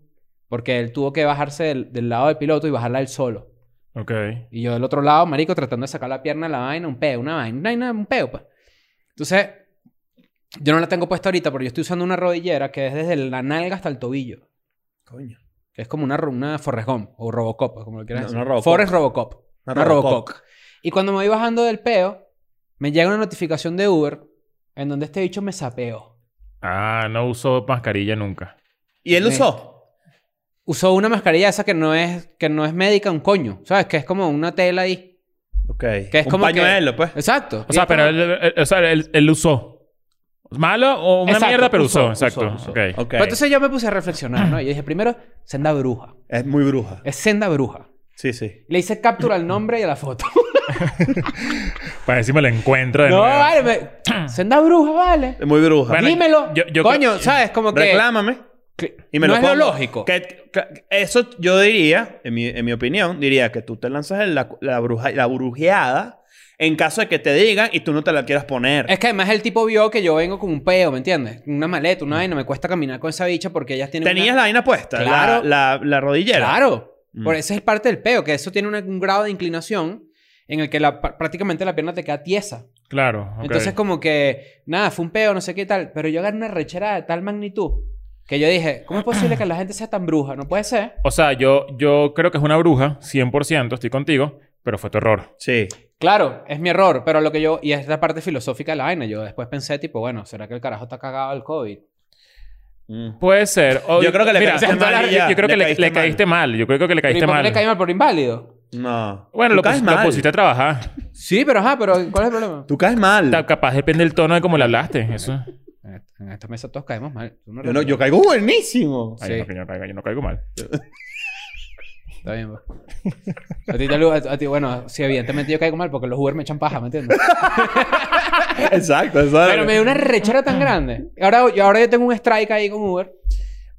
porque él tuvo que bajarse del, del lado del piloto y bajarla él solo. Ok. Y yo del otro lado, marico, tratando de sacar la pierna de la vaina, un peo, una vaina, una vaina, un peo, pues. Entonces, yo no la tengo puesta ahorita, pero yo estoy usando una rodillera que es desde la nalga hasta el tobillo. Coño. Que es como una, ro- una Forrest Gump o Robocop, pues, como lo quieras No, decir. no Robocop. Forrest Robocop. Una Una, Robocop. Robocop. Y cuando me voy bajando del peo, me llega una notificación de Uber en donde este bicho me sapeó. Ah, no usó mascarilla nunca. ¿Y él Me- usó? Usó una mascarilla esa que no es, que no es médica, un coño. ¿Sabes? Que es como una tela ahí. Ok. Que es un como pañuelo, pues. Exacto. O sea, pero él, él- él- o sea, él- él usó. ¿Malo o una Exacto, mierda, pero usó? usó, Exacto. usó, usó. Ok. Ok. Pero entonces yo me puse a reflexionar, ¿no? Y dije, primero, senda bruja. Es muy bruja. Es senda bruja. Sí, sí. Le hice captura al nombre y a la (laughs) foto. Para decir me lo encuentro de no, nuevo. vale. me- Senda bruja, vale. Es muy bruja. Bueno, Dímelo. yo- yo- coño, ¿sabes? Como que... Reclámame. que- Y me no lo es lo como. lógico. Que- que- eso yo diría, en mi, en mi opinión, diría que tú te lanzas en la, la, bruja- la brujeada en caso de que te digan y tú no te la quieras poner. Es que además el tipo vio que yo vengo con un peo, ¿me entiendes? Una maleta, una vaina, me cuesta caminar con esa bicha porque ellas tienen. Tenías una... la vaina puesta, la- Claro. la, la, rodillera. Claro. Mm. Por eso es parte del peo, que eso tiene una- un grado de inclinación en el que la- pr- prácticamente la pierna te queda tiesa. Claro. ok. Entonces, como que, nada, fue un peo, no sé qué tal, pero yo agarré una rechera de tal magnitud que yo dije, ¿cómo es posible que la gente sea tan bruja? No puede ser. O sea, yo, yo creo que es una bruja, 100%, estoy contigo, pero fue tu error. Sí. Claro, es mi error, pero lo que yo. Y es la parte filosófica de la vaina. Yo después pensé, tipo, bueno, ¿será que el carajo está cagado del COVID? Mm, Puede ser. o- Yo creo que le mira, caíste con toda mal la- y ya, Yo creo le que le, caíste le caíste mal. Yo creo que le ¿Pero ¿y caíste por qué mal. le caí mal por inválido? No. Bueno, lo, tú caes pus- lo mal. pusiste a trabajar. Sí, pero ajá, pero ¿cuál es el problema? Tú caes mal. Ta- Capaz depende del tono de cómo le hablaste. Eso. En esta, en esta mesa todos caemos mal. Tú no Yo, no- ríes. yo caigo buenísimo. Ay, Sí. no, que yo, no caigo, yo no caigo mal. Está bien, va. (laughs) A ti, te lo- a, a ti, bueno, sí, evidentemente yo caigo mal porque los Uber me echan paja, ¿me (laughs) entiendes? Exacto, eso Pero me dio una rechera tan grande. Ahora yo, ahora yo tengo un strike ahí con Uber.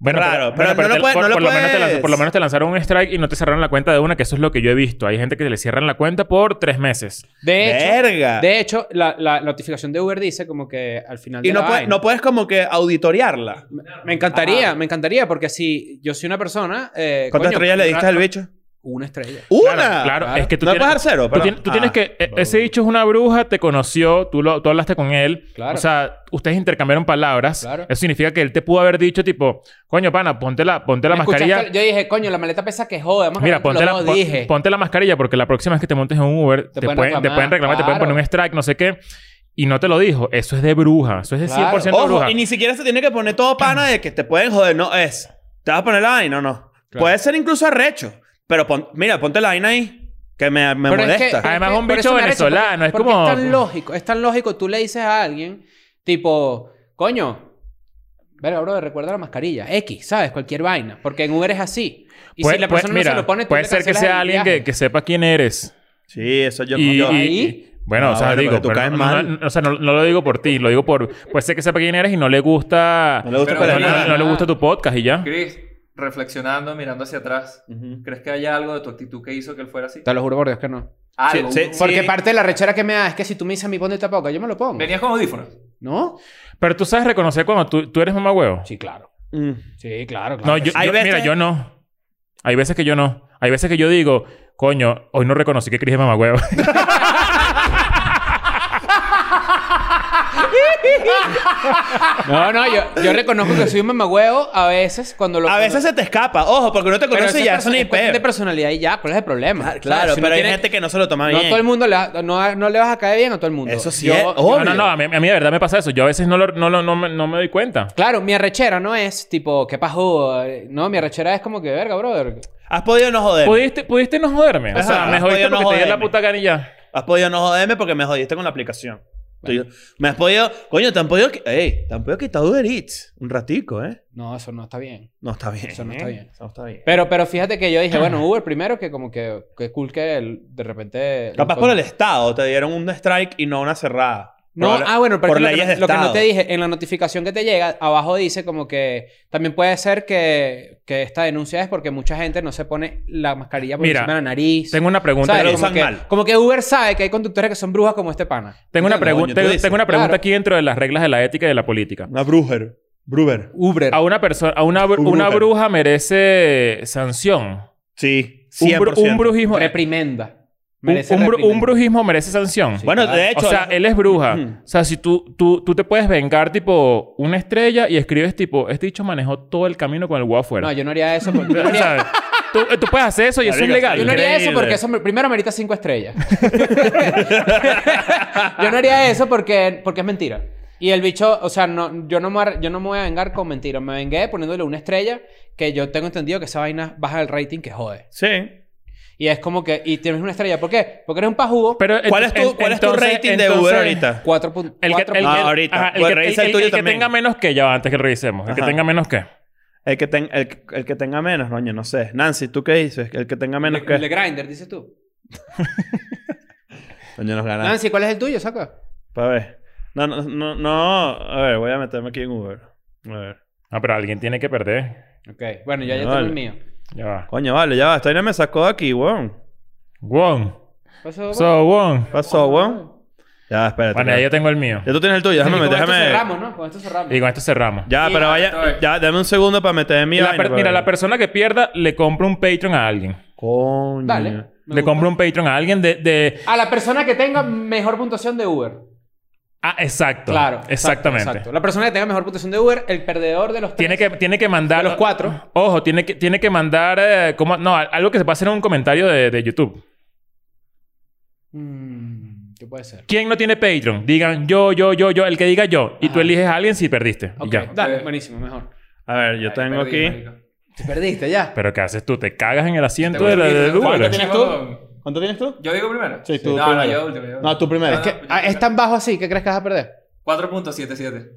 Bueno, Claro, pero no te- lo puedes- por, no lo por lo menos te lanz- puedes. por lo menos te lanzaron un strike y no te cerraron la cuenta de una, que eso es lo que yo he visto. Hay gente que le cierran la cuenta por tres meses. De hecho, Verga. de hecho la, la notificación de Uber dice como que al final de y no, la puedes- vaina- no puedes como que auditoriarla. Me encantaría, me encantaría porque si yo soy una persona... Eh, ¿Cuántas coño, estrellas le diste una- al bicho? Una estrella. ¡Una! Claro, claro. Claro. Es que tú no tienes, puedes dar cero, Tú, pero... tienes, tú tienes Ah. que... e- Ese dicho es una bruja, te conoció, tú, lo, tú hablaste con él. Claro. O sea, ustedes intercambiaron palabras. Claro. Eso significa que él te pudo haber dicho tipo... Coño, pana, ponte la, ponte la ¿Me escuchaste? mascarilla. Yo dije, coño, la maleta pesa que joda. vamos a Mira, hablar entre ponte la, los dos, pon- dije. ponte la mascarilla porque la próxima vez que te montes en un Uber te, pueden, te pueden reclamar, te pueden claro. poner un strike, no sé qué. Y no te lo dijo. Eso es de bruja. Eso es de Claro. 100% de Ojo, bruja. y ni siquiera se tiene que poner todo pana de que te pueden joder. No, es... Te vas a poner la vaina, no, no. Claro. Puede ser incluso arrecho. Pero pon- mira, ponte la vaina ahí. Que me, me Pero molesta. Es que, Además, es que un por bicho eso me arrecho, venezolano, es porque- como- porque Es tan lógico, es tan lógico. Tú le dices a alguien, tipo, coño, verga, bro, recuerda la mascarilla. X, ¿sabes? Cualquier vaina. Porque en Uber es así. Y Puede- si la puede- persona no mira, se lo pone, tú puede le ser que cancelas el sea alguien que, viaje. que sepa quién eres. Sí, eso yo... Y, yo- y- ahí- bueno, Ah, o sea, bueno, digo, pero tú pero caes no, mal. no- no- o sea, no, no lo digo por ti, lo digo por. Puede ser que sepa quién eres y no le gusta. No le gusta Pero- no- pelear. no- no le gusta tu podcast y ya. Chris, reflexionando, mirando hacia atrás, Ujú. ¿crees que haya algo de tu actitud que hizo que él fuera así? Ah, Te lo juro por Dios que no. Algo. Sí, un- sí, Porque parte de la rechera que me da es que si tú me dices a mí ponte el tapabocas, yo me lo pongo. Venías con audífonos. ¿No? Pero tú sabes reconocer cuando tú, tú eres mamá huevo. Sí, claro. Mm. Sí, claro, claro. No, yo, Hay yo- veces- mira, yo no. Hay veces que yo no. Hay veces que yo digo, coño, hoy no reconocí que Cris es mamá (laughs) huevo. No, no, yo, yo reconozco que soy un mamagüeo a veces cuando lo... A veces se te escapa. Ojo, porque no te Pero conoces eso y es ya perso- eso ni es cuestión de peor. personalidad y ya, ¿cuál es el problema? Claro, ¿Sabes? Si uno pero hay tiene- gente que no se lo toma No bien. todo el mundo le va- no, no le vas a caer bien a todo el mundo. Eso sí Yo- es- No, Eh, obvio. Oh, no, no. A mí, a mí de verdad me pasa eso. Yo a veces no, lo- no, lo- no me, no me doy cuenta. Claro, mi arrechera no es tipo, ¿qué pasó? No, mi arrechera es como que, verga, brother. Has podido no joder. ¿Pudiste, pudiste no joderme. o Ajá, sea, me has jodiste podido no porque te di la joderme. puta gana y ya. Has podido no joderme porque me jodiste con la aplicación. Tú- Me has podido... Coño, te han podido... qui- Ey, te han podido quitar Uber Eats. Un ratico, ¿eh? No, eso no está bien. No está bien. Eso no está bien. Eso no está bien. Pero, pero fíjate que yo (clears throat) dije, bueno, Uber primero, que como que, que cool que el- de repente... Capaz por el estado te dieron un strike y no una cerrada. No, Probable- ah, bueno, pero por lo, que leyes no, de lo que no Estado. te dije, en la notificación que te llega, abajo dice como que también puede ser que, que esta denuncia es porque mucha gente no se pone la mascarilla por Mira, encima de la nariz. Tengo una pregunta. ¿Sabes? que lo Como usan que- mal. Como que Uber sabe que hay conductores que son brujas como este pana. Tengo una, Coño, pregunta tú dices. tengo una pregunta Claro. aquí dentro de las reglas de la ética y de la política. Una Bruger. Bruber. Uber. A una persona, a una, bru- Un una brujer. bruja merece sanción. Sí. Un, bru- 100%. un brujismo. eh, reprimenda. un- Merece un bru- un reprimenda. brujismo merece sanción. Sí. Bueno, de claro. hecho... o sea, él es bruja. Ujú. O sea, si tú, tú, tú te puedes vengar, tipo, una estrella y escribes, tipo, este dicho manejó todo el camino con el huevo afuera. No, yo no haría eso. porque- Yo (laughs) no haría, ¿Sabes? tú, tú puedes hacer eso y eso es Marico, legal. yo no haría eso Increíble. porque eso me- primero merita cinco (laughs) estrellas. yo no haría eso porque, porque es mentira. Y el bicho, o sea, no, yo, no me, ar- yo no me voy a vengar con mentiras. Me vengué poniéndole una estrella que yo tengo entendido que esa vaina baja el rating que jode. sí. Y es como que... Y tienes una estrella. ¿Por qué? Porque eres un pajugo. Pero, ¿Cuál ent- es tu, ent- cuál es tu entonces- rating de entonces, Uber ahorita? Cuatro puntos. El que, el, que- puntos. Ah, ahorita. ajá, el Pues que- revisa el- el tuyo el que también. tenga menos que ya, antes que revisemos. El que Ajá. tenga menos que. El que, ten- el, el que tenga menos, noño, no sé. Nancy, ¿tú qué dices? El que tenga menos El- que. Ah, el de Grindr, dices tú. Coño, nos Ah. ganan. Nancy, ¿cuál es el tuyo? Saca. Para ver. No, no, no, no. A ver, voy a meterme aquí en Uber. A ver. No, Ah, pero alguien tiene que perder. Ok. Bueno, ya, ya Vale. tengo el mío. Ya va. Coño, vale, ya va. Esta vaina me sacó de aquí, weón. Wong. Pasó, So, Wong. ¿Qué pasó, weón? Ya, espérate. Bueno, ya espérate. yo tengo el mío. Ya tú tienes el tuyo, Y déjame. con esto déjame... cerramos, ¿no? Con esto cerramos. Y con esto cerramos. Ya, Y pero va, vaya. estoy. Ya, dame un segundo para meter mi. La vaina, pues. per- para mira, ver. la persona que pierda le compra un Patreon a alguien. Coño. Dale. Me le gusta. compra un Patreon a alguien de... de- A la persona que tenga mejor puntuación de Uber. Ah, exacto. Claro. exacto, Exactamente. exacto. La persona que tenga mejor puntuación de Uber, el perdedor de los Tiene tres, que, tiene que mandar... de los cuatro. Ojo, tiene que, tiene que mandar... eh, como, no, al- algo que se pase en un comentario de, de YouTube. Mm, ¿Qué puede ser? ¿Quién no tiene Patreon? Digan yo, yo, yo, yo. El que diga yo. Y tú Ajá. eliges a alguien si perdiste. Y Ok, ya. dale, Ok. buenísimo, mejor. A ver, yo tengo aquí. Te perdiste ya. Pero ¿qué haces tú? ¿Te cagas en el asiento Te voy de a la- del decir, ¿no? Uber? ¿Cuánto tienes tú? ¿Cuánto tienes tú? Yo digo primero. Sí, tú no, primero. No, yo último. yo No, tú primero. No, no, Es que, yo ah, es primero. tan bajo así que crees que vas a perder. 4.77.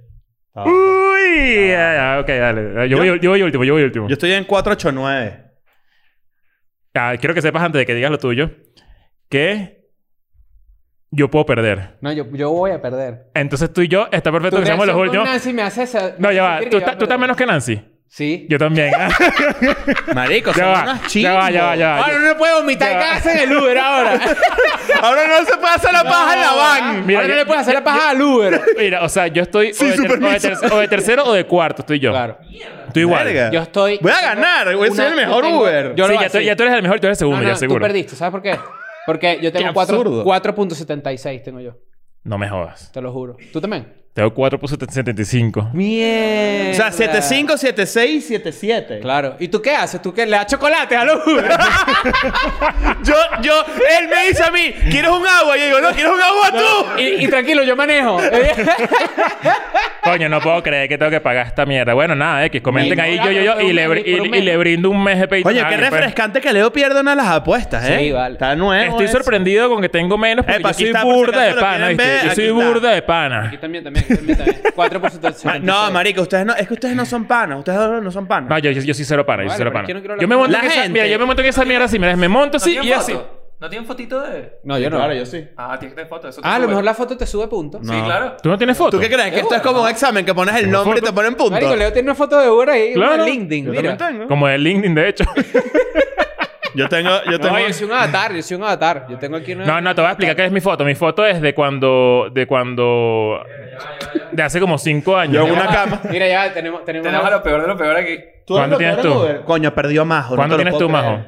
Ah. Uy, ah, ok, dale. Yo, ¿Yo? Voy, yo voy último, yo voy último. Yo estoy en 489. Ah, quiero que sepas antes de que digas lo tuyo que yo puedo perder. No, yo, yo voy a perder. Entonces tú y yo está perfecto que seamos los reacción con últimos. Nancy me hace esa- me No, hace ya va. sentir ¿Tú, que yo voy estás- a tú estás perder. menos que Nancy. Sí. Yo también. (laughs) Marico, Ya son va, unos ya va, ya va, ya va. Ahora Ah, no puedo vomitar Ya va. casa en el Uber (laughs) ahora. Ahora no se puede hacer la paja en la van. Mira, Ahora no yo- le puedes hacer la paja al (laughs) Uber. Mira, o sea, yo estoy o, de su ter- o de permiso. ter- o de tercero o de cuarto, estoy yo. Claro. Tú igual. Verga. Yo estoy. Voy a ganar, güey, soy Una- el mejor yo tengo- Uber. Yo lo Sí, ya, voy tú, a ya tú eres el mejor y tú eres el segundo, no, ya Ah, no, seguro. Tú perdiste, ¿sabes por qué? Porque yo tengo cuatro- absurdo. 4.76, tengo yo. No me jodas. Te lo juro. ¿Tú también? Tengo 4.75. Mierda. O sea, 75, 76, 77. Claro. ¿Y tú qué haces? ¿Tú qué? ¿Le das chocolate a los Uber? (laughs) (laughs) Yo, yo, él me dice a mí, ¿quieres un agua? Y yo digo, no, ¿quieres un agua tú? y, y tranquilo, yo (laughs) manejo. (laughs) Coño, no puedo creer que tengo que pagar esta mierda. Bueno, nada, X. Comenten Ni- ahí yo, yo, yo. Y le, bri- Ni por un y- y le mes. brindo un mes de Patreon. Coño, a qué alguien, pues. refrescante que Leo pierda una de las apuestas, ¿eh? Sí, vale. Está nuevo. Estoy eso. sorprendido con que tengo menos porque Epa, yo aquí soy está, por si burda de acaso lo pana, quieren ¿viste? ver, Yo aquí soy está. burda de pana. Aquí también, también. Aquí también, también. 4.76. Ma- no, marico, ustedes no, es que ustedes no son panas, ustedes dos no son panas. No, yo, yo, yo soy cero pana, yo Vale, soy cero pero pana. es que no quiero yo me hablar monto con en la esa, gente. mira, yo me monto en esa mierda así, mira, me monto ¿No así tienen Ah, y así. foto? ¿No tienen fotito de...? No, yo no. sí. Ah, tienes que tener foto. Eso te Ah, a lo sube. mejor la foto te sube puntos. Sí, claro. ¿Tú no tienes foto? ¿Tú qué crees? Que esto es como un examen que pones el nombre y te ponen puntos. Marico, Leo tiene una foto de Uber ahí. Claro. Una LinkedIn. Yo Mira. también tengo. (laughs) Como el LinkedIn, de hecho. Yo tengo, yo tengo. No, yo soy un avatar. Yo soy un avatar. Yo tengo aquí una... No, no, te voy a explicar qué es mi foto. Mi foto es de cuando... De cuando... De hace como cinco años. Yo en una cama. Mira, ya tenemos... tenemos Tenemos a lo peor de lo peor aquí. ¿Cuánto tienes tú? Coño, perdió Majo. ¿Cuánto tienes tú, Majo?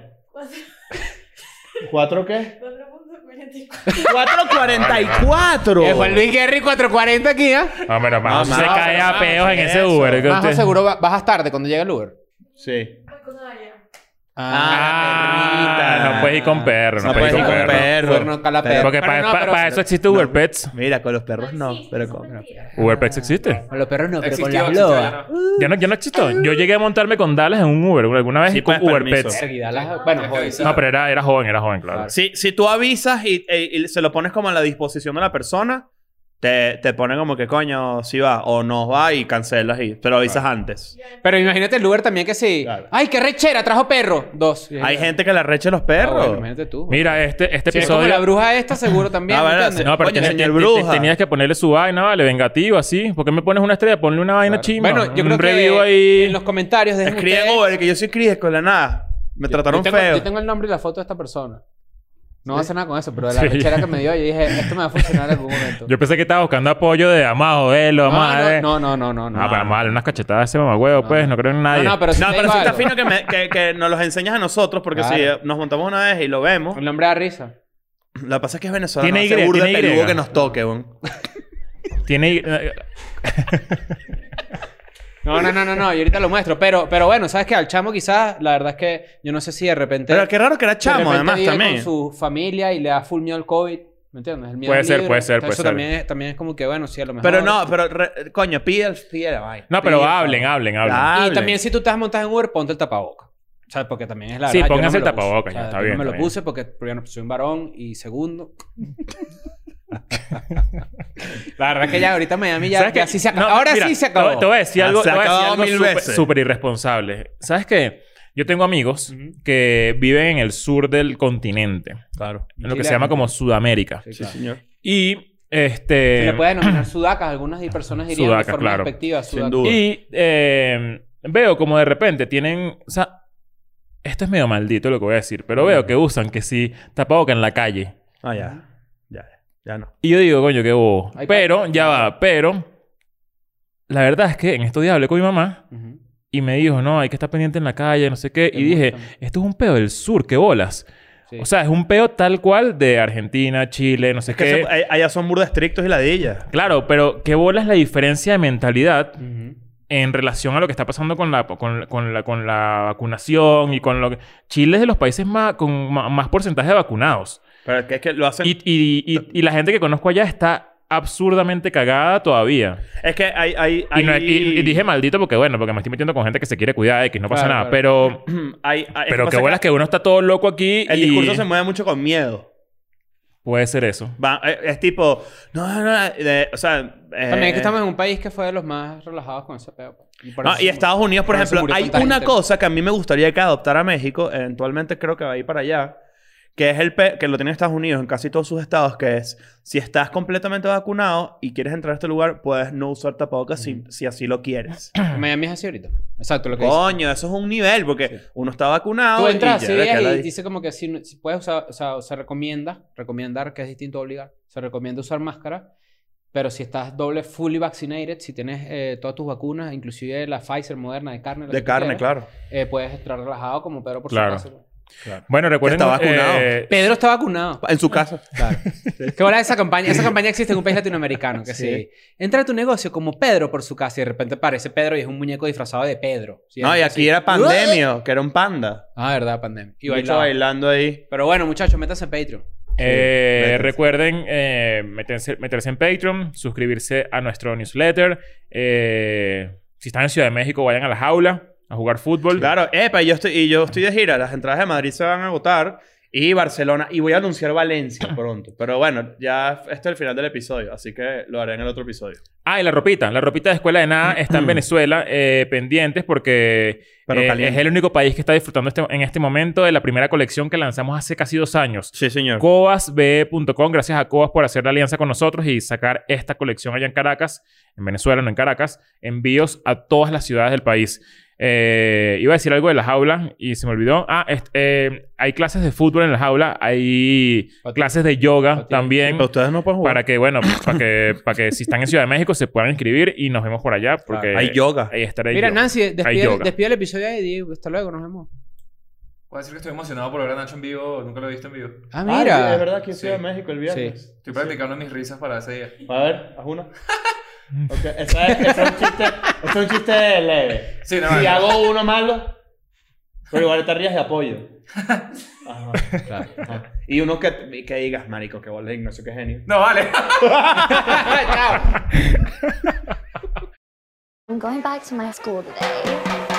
¿Cuatro qué? 444. Eh, Juan Luis Guerri 440 aquí, ¿ah? No, pero Majo No, se Majo, cae a Majo, peos en ¿qué ese es Uber. eso? que Más usted- seguro va- bajas tarde cuando llega el Uber. Sí. Ah, no puedes ir con perro. No, No puedes ir con puedes perro. Cuerno cala perro. Porque Pero para no, pero- eso existe Uber Pets. Mira, con los perros no, pero con... mentira. Uber Pets existe. Con los perros no, pero Existió, con las existió, ya lobas. no. Ya no, ya no existo. Yo llegué a montarme con Dallas en un Uber alguna vez Sí, y con pues, puedes Uber permiso. Pets. Verga, las- Bueno, Ya joder. que No, pero era, era joven, era joven, claro. Claro. e, Si, si tú avisas y, y- y se lo pones como a la disposición de la persona, te, te ponen como que coño, si va o no va y cancelas y te lo avisas antes. Pero imagínate el Uber también que sí. Claro. ¡Ay, qué rechera! Trajo perro. Dos. Y- Hay gente que le arreche los Ah, bueno, perros. imagínate tú. Mira, este, este Si es como episodio. la bruja esta, seguro también. Ah, ¿me bueno, entiendes? sí. No, pero Coño, tenías, señor te- te- bruja. tenías que ponerle su vaina, vale, vengativo, así. ¿Por qué me pones una estrella? Ponle una vaina Claro. chimba. Bueno, yo un creo review que ahí. en los comentarios dejen Escriben ustedes- Uber, que yo soy Cris con la nada. Me trataron yo tengo, feo. Yo tengo el nombre y la foto de esta persona. No va a hacer nada con eso, pero de la Sí. rechera que me dio, yo dije, esto me va a funcionar en algún momento. (laughs) Yo pensé que estaba buscando apoyo de amado, no, velo, madre. no, no, no, no, no. Ah, para mal, unas cachetadas a ese mamagüeo, No. pues, no creo No, en nadie. no, pero sí No, te pero digo sí está algo. fino que, me- que, que nos los enseñas a nosotros, porque Claro. si nos montamos una vez y lo vemos. El nombre da risa. Lo que pasa es que es venezolano. Tiene Y, Tiene seguro de tiene Y. peludo que nos toque, weón. Tiene. eh, No, no, no, no, no. Y ahorita lo muestro. Pero, pero bueno, ¿sabes qué? Al chamo quizás, la verdad es que yo no sé si de repente... Pero qué raro que era de chamo, repente además, vive también. con su familia y le da full miedo al COVID. ¿Me entiendes? El miedo Puede al ser, libro. puede ser, Entonces, puede Eso también es, también es como que, bueno, sí, a lo mejor... Pero no, pero re- coño, pide, el- pide la vaina. No, pero Pide, hablen, por favor. hablen, hablen. Claro. Y también si tú estás montado en Uber, ponte el tapaboca. ¿Sabes? Porque también es la Sí, verdad, yo pónganse me el lo puse. tapaboca, ya, está yo bien, No me está lo bien. puse porque primero soy un varón y segundo. la verdad (laughs) que ya ahorita Miami ya, ¿Sabes ya qué? sí se acabó. No, Ahora mira, sí se te voy- acabó. Te voy a decir Ah, algo, se te voy a decir acabó algo mil súper- veces. súper irresponsable. ¿Sabes qué? Yo tengo amigos que viven en el sur del continente. Claro. En lo que Chile, se llama Argentina. como Sudamérica. Sí, Sí, claro. señor. Y este. Se le puede denominar sudacas. Algunas personas dirían Sudacas, de forma claro. despectiva. Sin sudacas. duda. Y eh, veo como de repente tienen. O sea, esto es medio maldito lo que voy a decir, pero veo que usan que sí tapabocas en la calle. Ah, ya. Ya, ya no. Y yo digo, coño, qué bobo. Ay, Pero, pa- ya va, pero. La verdad es que en estos días hablé con mi mamá Ujú. y me dijo, no, hay que estar pendiente en la calle, no sé qué. Te Y dije, multan. esto es un peo del sur, qué bolas. Sí. O sea, es un peo tal cual de Argentina, Chile, no sé Es que qué. eso- a- allá son burda estrictos y ladillas. Claro, pero qué bola es la diferencia de mentalidad Ujú. en relación a lo que está pasando con la, con, la- con la, con la vacunación y con lo que... Chile es de los países más, con ma- más porcentaje de vacunados. Pero es que, es que lo hacen... Y, y- y- y la gente que conozco allá está absurdamente cagada todavía. Es que hay... hay, Y, no- hay- y- y dije maldito porque, bueno, porque me estoy metiendo con gente que se quiere cuidar, que no pasa Claro, nada. Pero, (clears throat) hay- hay- pero pasa qué bolas que uno está todo loco aquí El y discurso se mueve mucho con miedo. puede ser eso. Va- eh, es tipo... No, no, no. de- o sea... eh, También es que estamos en un país que fue de los más relajados con ese pedo. pues. Y por No, eso y se- Estados Unidos, por por eso ejemplo, murió hay tanta una gente. cosa que a mí me gustaría que adoptara México, eventualmente creo que va a ir para allá, que es el pe- que lo tiene Estados Unidos en casi todos sus estados, que es si estás completamente vacunado y quieres entrar a este lugar, puedes no usar tapabocas si, si así lo quieres. Miami es así ahorita. Exacto, lo que dice. Coño, eso es un nivel, porque uno está vacunado Tú y entras ya así le queda y la- dice como que si, no- si puedes usar, o sea, se recomienda, recomendar que es distinto a obligar, se recomienda usar máscara, pero si estás doble fully vaccinated, si tienes eh, todas tus vacunas, inclusive la Pfizer moderna de carne, la que de tú carne, quieras, claro. eh, puedes entrar relajado como Pedro por Claro. su casa. Bueno, recuerden... Está vacunado. eh, Pedro está vacunado. En su casa. (laughs) Claro. Qué bola esa campaña. Esa campaña existe en un país latinoamericano. Que sí. Sí. Entra a tu negocio como Pedro por su casa y de repente aparece Pedro y es un muñeco disfrazado de Pedro. Sí, No, y es aquí así. era pandemio, que era un panda. Ah, verdad, pandemia. Y Y hecho bailaba. bailando ahí. Pero bueno, muchachos, métanse en Patreon. Eh, métanse. recuerden eh, meterse, meterse en Patreon, suscribirse a nuestro newsletter. Eh, si están en Ciudad de México, vayan a la jaula a jugar fútbol. Claro, epa, y yo estoy, y yo estoy de gira. Las entradas de Madrid se van a agotar. Y Barcelona. Y voy a anunciar Valencia pronto. Pero bueno, ya este es el final del episodio. Así que lo haré en el otro episodio. Ah, y la ropita. La ropita de Escuela de (clears throat) Nada está en Venezuela. eh, pendientes porque Pero eh, caliente. es el único país que está disfrutando este- en este momento de la primera colección que lanzamos hace casi dos años. Sí, señor. Coasbe.com. Gracias a Coas por hacer la alianza con nosotros y sacar esta colección allá en Caracas, en Venezuela, no en Caracas. Envíos a todas las ciudades del país. Eh, iba a decir algo de las aulas y se me olvidó. Ah, est- eh, hay clases de fútbol en las aulas, hay Patín. clases de yoga Patín. también. eh, Pero ustedes no pueden jugar. Para que, bueno, para que, para que si están en Ciudad de México se puedan inscribir y nos vemos por allá porque Hay yoga. ahí estaré Mira, yo. Nancy, despide, yoga. despide el episodio y di, hasta luego, nos vemos. Puedo decir que estoy emocionado por ver a Nacho en vivo. Nunca lo he visto en vivo. Ah, Ah, mira. es verdad que en Sí. Ciudad de México el viernes. Estoy practicando mis risas para ese día. A ver, haz (laughs) una. Ok, esa es, ese es un chiste, ese es un chiste leve. Sí, no, Si no. hago uno malo, pero igual te rías de (laughs) apoyo. Ajá. Ajá. Y uno que, que digas, marico, que bola de Ignacio, qué genio. No, vale. (laughs) I'm going back to my school today.